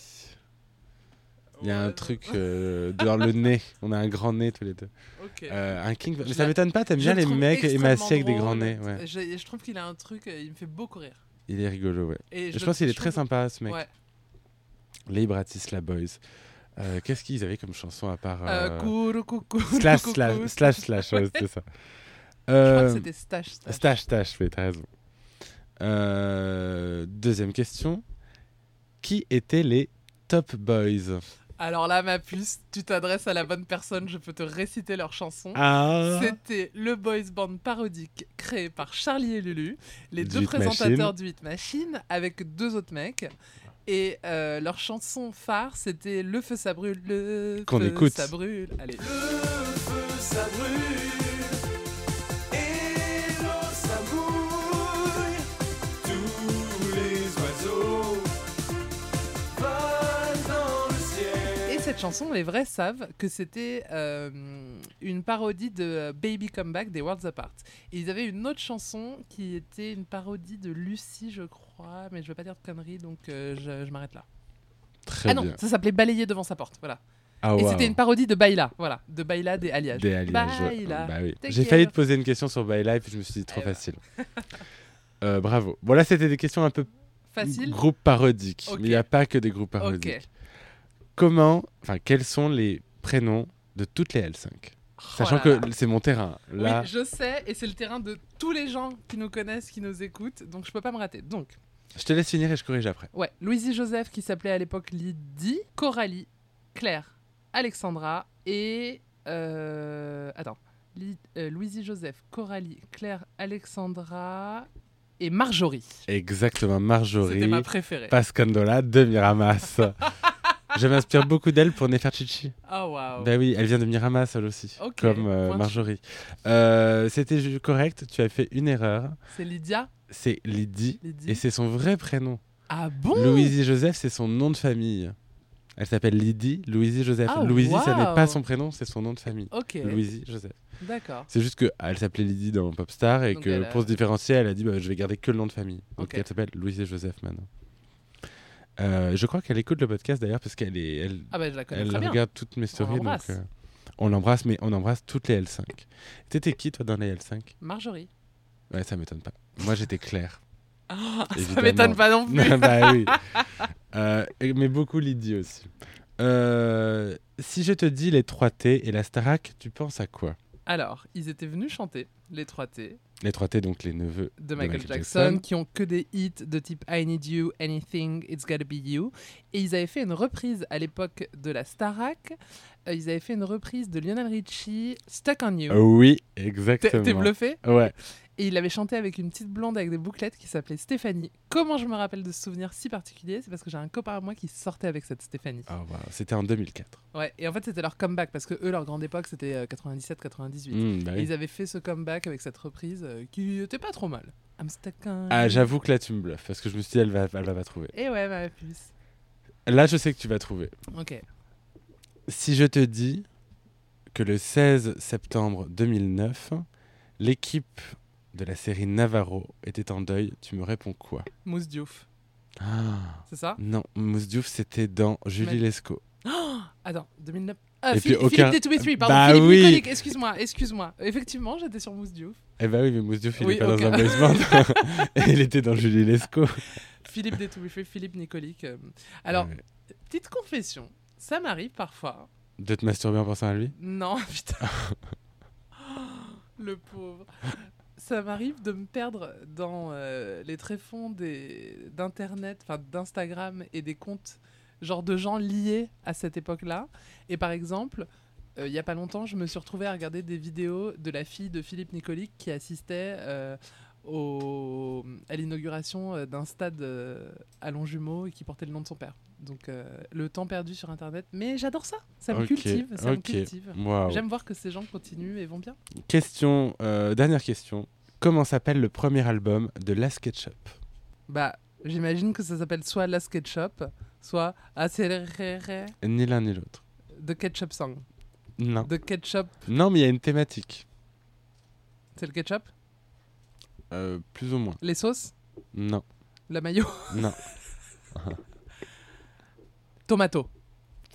Il y a un
Ouais,
truc euh, dans le nez. On a un grand nez tous les deux.
Ok.
Euh, un king. Mais
Je
ça
la-
m'étonne pas, t'aimes
Je
bien
le
les
trouve
mecs émaciés avec des
extrêmement
grands nez.
drôle.
ouais.
Je, je trouve qu'il a un truc, euh, il me fait beaucoup rire.
Il est rigolo, ouais.
Et
Je
le-
pense qu'il est très
trouve-
sympa, ce mec.
Ouais.
Les Bratislava Boys. Euh, Qu'est-ce qu'ils avaient comme chanson à part.
Euh,
euh,
Kourou, coucou,
Slash,
coucou,
slash,
coucou.
slash, slash, ouais, c'était ça.
Je crois
Euh,
que c'était Stash. Stash.
Stache, stache, oui, t'as raison. Euh, deuxième question. Qui étaient les Top Boys
Alors là, ma puce, tu t'adresses à la bonne personne, je peux te réciter leur chanson.
Ah
C'était le boys band parodique créé par Charlie et Lulu, les
Du
deux
Hit
présentateurs du Hit Machine, avec deux autres mecs. Et euh, leur chanson phare, c'était Le feu ça brûle, le
Qu'on
feu
écoute.
ça brûle. Allez.
Le feu ça brûle et l'eau ça mouille. Tous les oiseaux volent dans le ciel.
Et cette chanson, les vrais savent que c'était euh, une parodie de euh, Baby Comeback des Worlds Apart. Et ils avaient une autre chanson qui était une parodie de Lucie, je crois, mais je veux pas dire de conneries, donc euh, je, je m'arrête là.
Très
ah non,
bien.
ça s'appelait Balayer devant sa porte, voilà.
Ah,
Et
waouh.
c'était une parodie de Baila, voilà, de Baila des Alliages.
Des alliages, ouais.
Baila.
Bah oui.
Take
J'ai failli
care.
te poser une question sur By Life, je me suis dit trop
Eh ben.
facile. Euh, bravo. Bon, là, c'était des questions un peu
Facile
groupe parodique.
Ok.
Mais il n'y a pas que des groupes parodiques.
Ok.
Comment, enfin, quels sont les prénoms de toutes les L5 Sachant
Oh là là.
que c'est mon terrain. Là,
Oui, je sais, et c'est le terrain de tous les gens qui nous connaissent, qui nous écoutent, donc je peux pas me rater. Donc,
je te laisse finir et je corrige après.
Ouais, Louisie Joseph qui s'appelait à l'époque Lydie, Coralie, Claire, Alexandra et euh, attends, Lyd- euh, Louisie Joseph, Coralie, Claire, Alexandra et Marjorie.
Exactement,
C'était
Marjorie
ma préférée.
Pascandola de Miramas. je m'inspire beaucoup d'elle pour Neferchichi.
Ah waouh.
Ben oui, elle vient de Miramas, elle aussi,
Ok,
comme euh,
pointu.
Marjorie. Euh, C'était ju- correct, tu as fait une erreur.
C'est Lydia,
C'est Lydie,
Lydie.
et c'est son vrai prénom.
Ah bon
Louisie Joseph, c'est son nom de famille. Elle s'appelle Lydie Louisie Joseph.
Ah,
Louisie, ça n'est pas
waouh.
son prénom, c'est son nom de famille.
OK.
Louisie Joseph.
D'accord.
C'est juste qu'elle s'appelait Lydie dans Popstar et
Donc
que
elle a-
pour se différencier, elle a dit bah, je vais garder que le nom de famille. Donc
Ok.
elle s'appelle Louise et Joseph maintenant. Euh, je crois qu'elle écoute le podcast d'ailleurs parce qu'elle est, elle,
Ah bah je la connais
elle
très bien.
regarde toutes mes stories. donc,
l'embrasse.
euh, on l'embrasse, mais on embrasse toutes les L5. T'étais qui toi dans les L5
Marjorie.
Ouais, ça m'étonne pas. Moi j'étais Claire.
Ah, ça
Évidemment.
m'étonne pas non plus.
bah oui. Euh, mais beaucoup Lydie aussi. Euh, si je te dis les 3T et la Starac, tu penses à quoi
Alors, ils étaient venus chanter les 3T
Les 3T, donc les neveux
de Michael,
Michael
Jackson,
Jackson.
qui ont que des hits de type I Need You, Anything, It's Gotta Be You. Et ils avaient fait une reprise à l'époque de la Starac. Euh, ils avaient fait une reprise de Lionel Richie, Stuck on You.
Euh, Oui,
T'es-
exactement.
T'es bluffé
Ouais.
Et il l'avait chanté avec une petite blonde avec des bouclettes qui s'appelait Stéphanie. Comment je me rappelle de ce souvenir si particulier C'est parce que j'ai un copain à moi qui sortait avec cette Stéphanie.
Ah, wow. C'était en 2004.
Ouais, et en fait c'était leur comeback parce que eux, leur grande époque, c'était euh, 97-98.
Mm, bah oui.
Ils avaient fait ce comeback avec cette reprise euh, qui était pas trop mal. I'm stuck on
Ah,
you.
j'avoue que là, tu me bluffes parce que je me suis dit, elle va, elle va pas trouver.
Et ouais, bah, ma puce.
Là, je sais que tu vas trouver.
Ok.
Si je te dis que le 16 septembre 2009, l'équipe de la série Navarro était en deuil, tu me réponds quoi
Mousse Diouf,
Ah,
c'est ça
Non, Mousse Diouf, c'était dans Julie
Mais-
Lescaut.
Attends, 2009. Ah,
Et
Philippe,
puis aucun-
Philippe des 2B3, pardon.
Bah
Philippe
oui.
Nicolique, excuse-moi, excuse-moi. Effectivement, j'étais sur Mousse Diouf.
Eh bah oui, mais Mousse Diouf, il
Oui,
est pas
ok.
dans un boys band. il était dans Julie Lescaut.
Philippe des 2B3, Philippe Nicolique. euh. Alors,
Ouais.
petite confession, ça m'arrive parfois.
De te masturber en pensant à lui
Non, putain. Le pauvre. Ça m'arrive de me perdre dans euh, les tréfonds des- d'Internet, enfin d'Instagram et des comptes genre de gens liés à cette époque-là. Et par exemple, euh, il y a pas longtemps, je me suis retrouvée à regarder des vidéos de la fille de Philippe Nicolic qui assistait euh, au- à l'inauguration euh, d'un stade euh, à Longjumeau et qui portait le nom de son père. Donc euh, le temps perdu sur Internet. Mais j'adore ça, ça me
Ok,
cultive, ça me
ok.
cultive.
Waouh.
J'aime voir que ces gens continuent et vont bien.
Question, euh, dernière question. Comment s'appelle le premier album de La Sketchup
Bah, j'imagine que ça s'appelle soit La Sketchup, soit Acerere
Ni l'un ni l'autre.
de Ketchup Song.
Non.
De Ketchup,
Non, mais il y a une thématique.
c'est le ketchup
Euh, plus ou moins.
Les sauces
Non,
La mayo
non.
Tomato.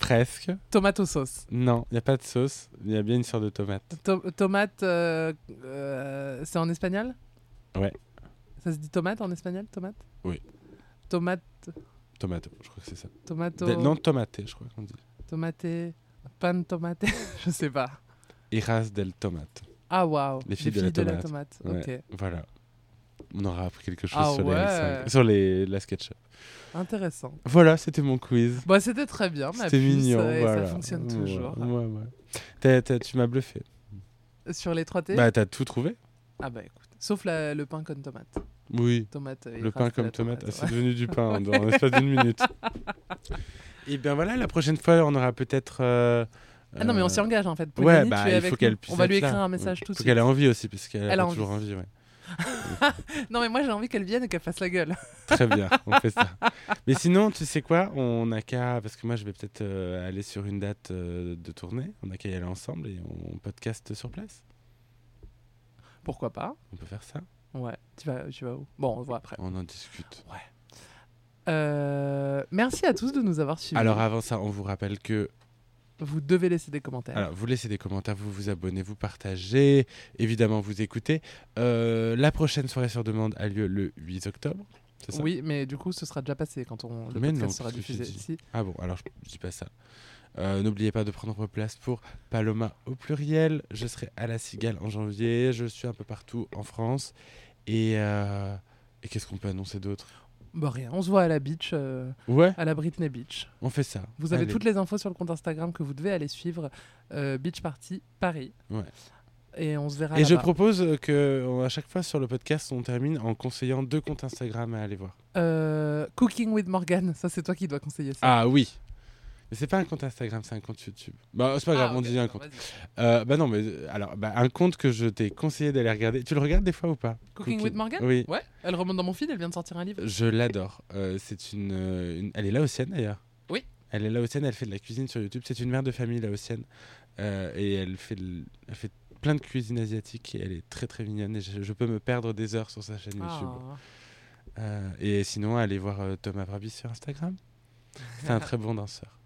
Presque.
Tomato sauce.
Non, il n'y a pas de sauce. Il y a bien une sorte de tomate.
To- tomate, euh, euh, c'est en espagnol
Ouais.
Ça se dit tomate en espagnol Tomate
Oui.
Tomate,
Tomato, je crois que c'est ça.
tomato,
De- Non, tomaté, je crois qu'on dit.
tomate, pan tomate, je sais pas.
Iras del tomate.
Ah waouh
Les filles de la
tomate.
Ouais. Voilà. On aura appris quelque chose
Ah
sur, les
ouais.
L5, sur les, la SketchUp.
Ok, intéressant.
Voilà, c'était mon quiz.
Bon, Bah, c'était très bien, ma
C'était
puce,
mignon.
euh, et
voilà.
ça fonctionne
Ouais,
toujours. Ah,
ouais, ouais. T'as- t'as- tu m'as bluffé.
Sur les 3T
Bah, t'as tout trouvé
Ah bah écoute, sauf la- le pain comme tomate.
Oui.
tomate euh,
Le
écrasée
pain
de
comme
la
tomate, ah, c'est
ouais.
devenu du pain hein, dans l'espace d'une minute. Et bien voilà, la prochaine fois, on aura peut-être. euh,
Ah non, mais on
euh,
s'y engage en fait. Pauline,
Ouais,
tu
bah,
es
il
avec
faut
nous.
qu'elle puisse.
On va lui
être là.
écrire un message
Ouais.
tout de
Faut
suite.
qu'elle ait envie aussi, parce qu'elle
Elle
a
a envie.
toujours envie. ouais.
Non, mais moi j'ai envie qu'elle vienne et qu'elle fasse la gueule.
Très bien, on fait ça. Mais sinon, tu sais quoi On n'a qu'à. Parce que moi, je vais peut-être euh, aller sur une date euh, de tournée. On n'a qu'à y aller ensemble et on podcast sur place.
Pourquoi pas
On peut faire ça
Ouais, tu vas, tu vas où Bon, on voit après.
On en discute.
Euh, merci à tous de nous avoir suivis.
Alors, ah. avant ça, on vous rappelle que
vous devez laisser des commentaires.
Alors, vous laissez des commentaires, vous vous abonnez, vous partagez, évidemment, vous écoutez. Euh, la prochaine soirée sur demande a lieu le 8 octobre. C'est ça
oui, mais du coup, ce sera déjà passé quand on, le
Mais
podcast
non,
sera
qu'est-ce que j'ai
diffusé.
dit
Si.
Ah bon, alors je, je dis pas ça. Euh, N'oubliez pas de prendre vos places pour Paloma au pluriel. Je serai à la Cigale en janvier. Je suis un peu partout en France. Et, euh, et qu'est-ce qu'on peut annoncer d'autre
Bon, Bah, rien, on se voit à la beach, euh,
Ouais,
à la Britney Beach.
on fait ça.
Vous avez
Allez.
toutes les infos sur le compte Instagram que vous devez aller suivre euh, Beach Party Paris.
Ouais.
Et on se verra.
Et je
là-bas.
propose euh, que on- à chaque fois sur le podcast, on termine en conseillant deux comptes Instagram à aller voir.
Euh, Cooking with Morgan, ça c'est toi qui dois conseiller ça.
Ah oui. Mais c'est pas un compte Instagram, c'est un compte YouTube. Bah,
Ah,
c'est pas grave, on dit un compte.
Cooking,
Euh, bah non, mais euh, alors, bah, un compte que je t'ai conseillé d'aller regarder. Tu le regardes des fois ou pas
with Morgan
Oui.
Ouais, elle remonte dans mon feed, elle vient de sortir un livre.
Je l'adore. Euh, c'est une, euh, une- Elle est laotienne d'ailleurs.
Oui.
Elle est laotienne, elle fait de la cuisine sur YouTube. C'est une mère de famille laotienne. Euh, et elle fait, de- elle fait plein de cuisine asiatique. Et elle est très très mignonne. Et je, je peux me perdre des heures sur sa chaîne YouTube.
Ah.
Euh, et sinon, allez voir euh, Thomas Brabis sur Instagram. C'est un très bon danseur.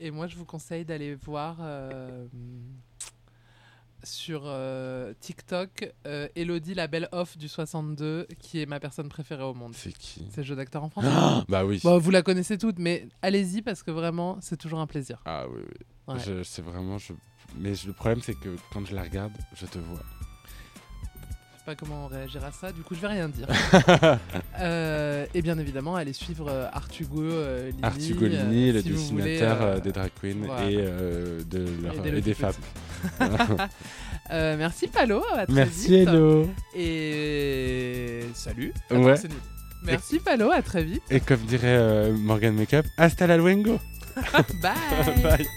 Et moi, je vous conseille d'aller voir euh, sur euh, TikTok euh, Elodie, la belle off du 62, qui est ma personne préférée au monde.
C'est qui
C'est le jeu d'acteur en France.
Ah, Bah oui.
Bon, vous la connaissez toutes, mais allez-y parce que vraiment, c'est toujours un plaisir.
Ah oui, oui.
Ouais.
Je- c'est vraiment. Je... Mais je- le problème, c'est que quand je la regarde, je te vois.
Je sais pas comment on réagira à ça, du coup, je vais rien dire. Euh, et bien évidemment, allez suivre euh, Artugo euh, Lini.
Arthur Golini,
euh,
le
si vous voulez,
dessinateur
euh,
euh, des drag queens
voilà.
et, euh, de leur-
et
et,
d'Elodie
des
Petit.
femmes.
Euh, merci, Palo. à très
Merci,
vite.
Hello.
Et salut. Attends,
Ouais.
c'est nul. Merci, Palo. À très vite.
Et comme dirait euh, Morgan Makeup, hasta la luengo.
Bye.
Bye.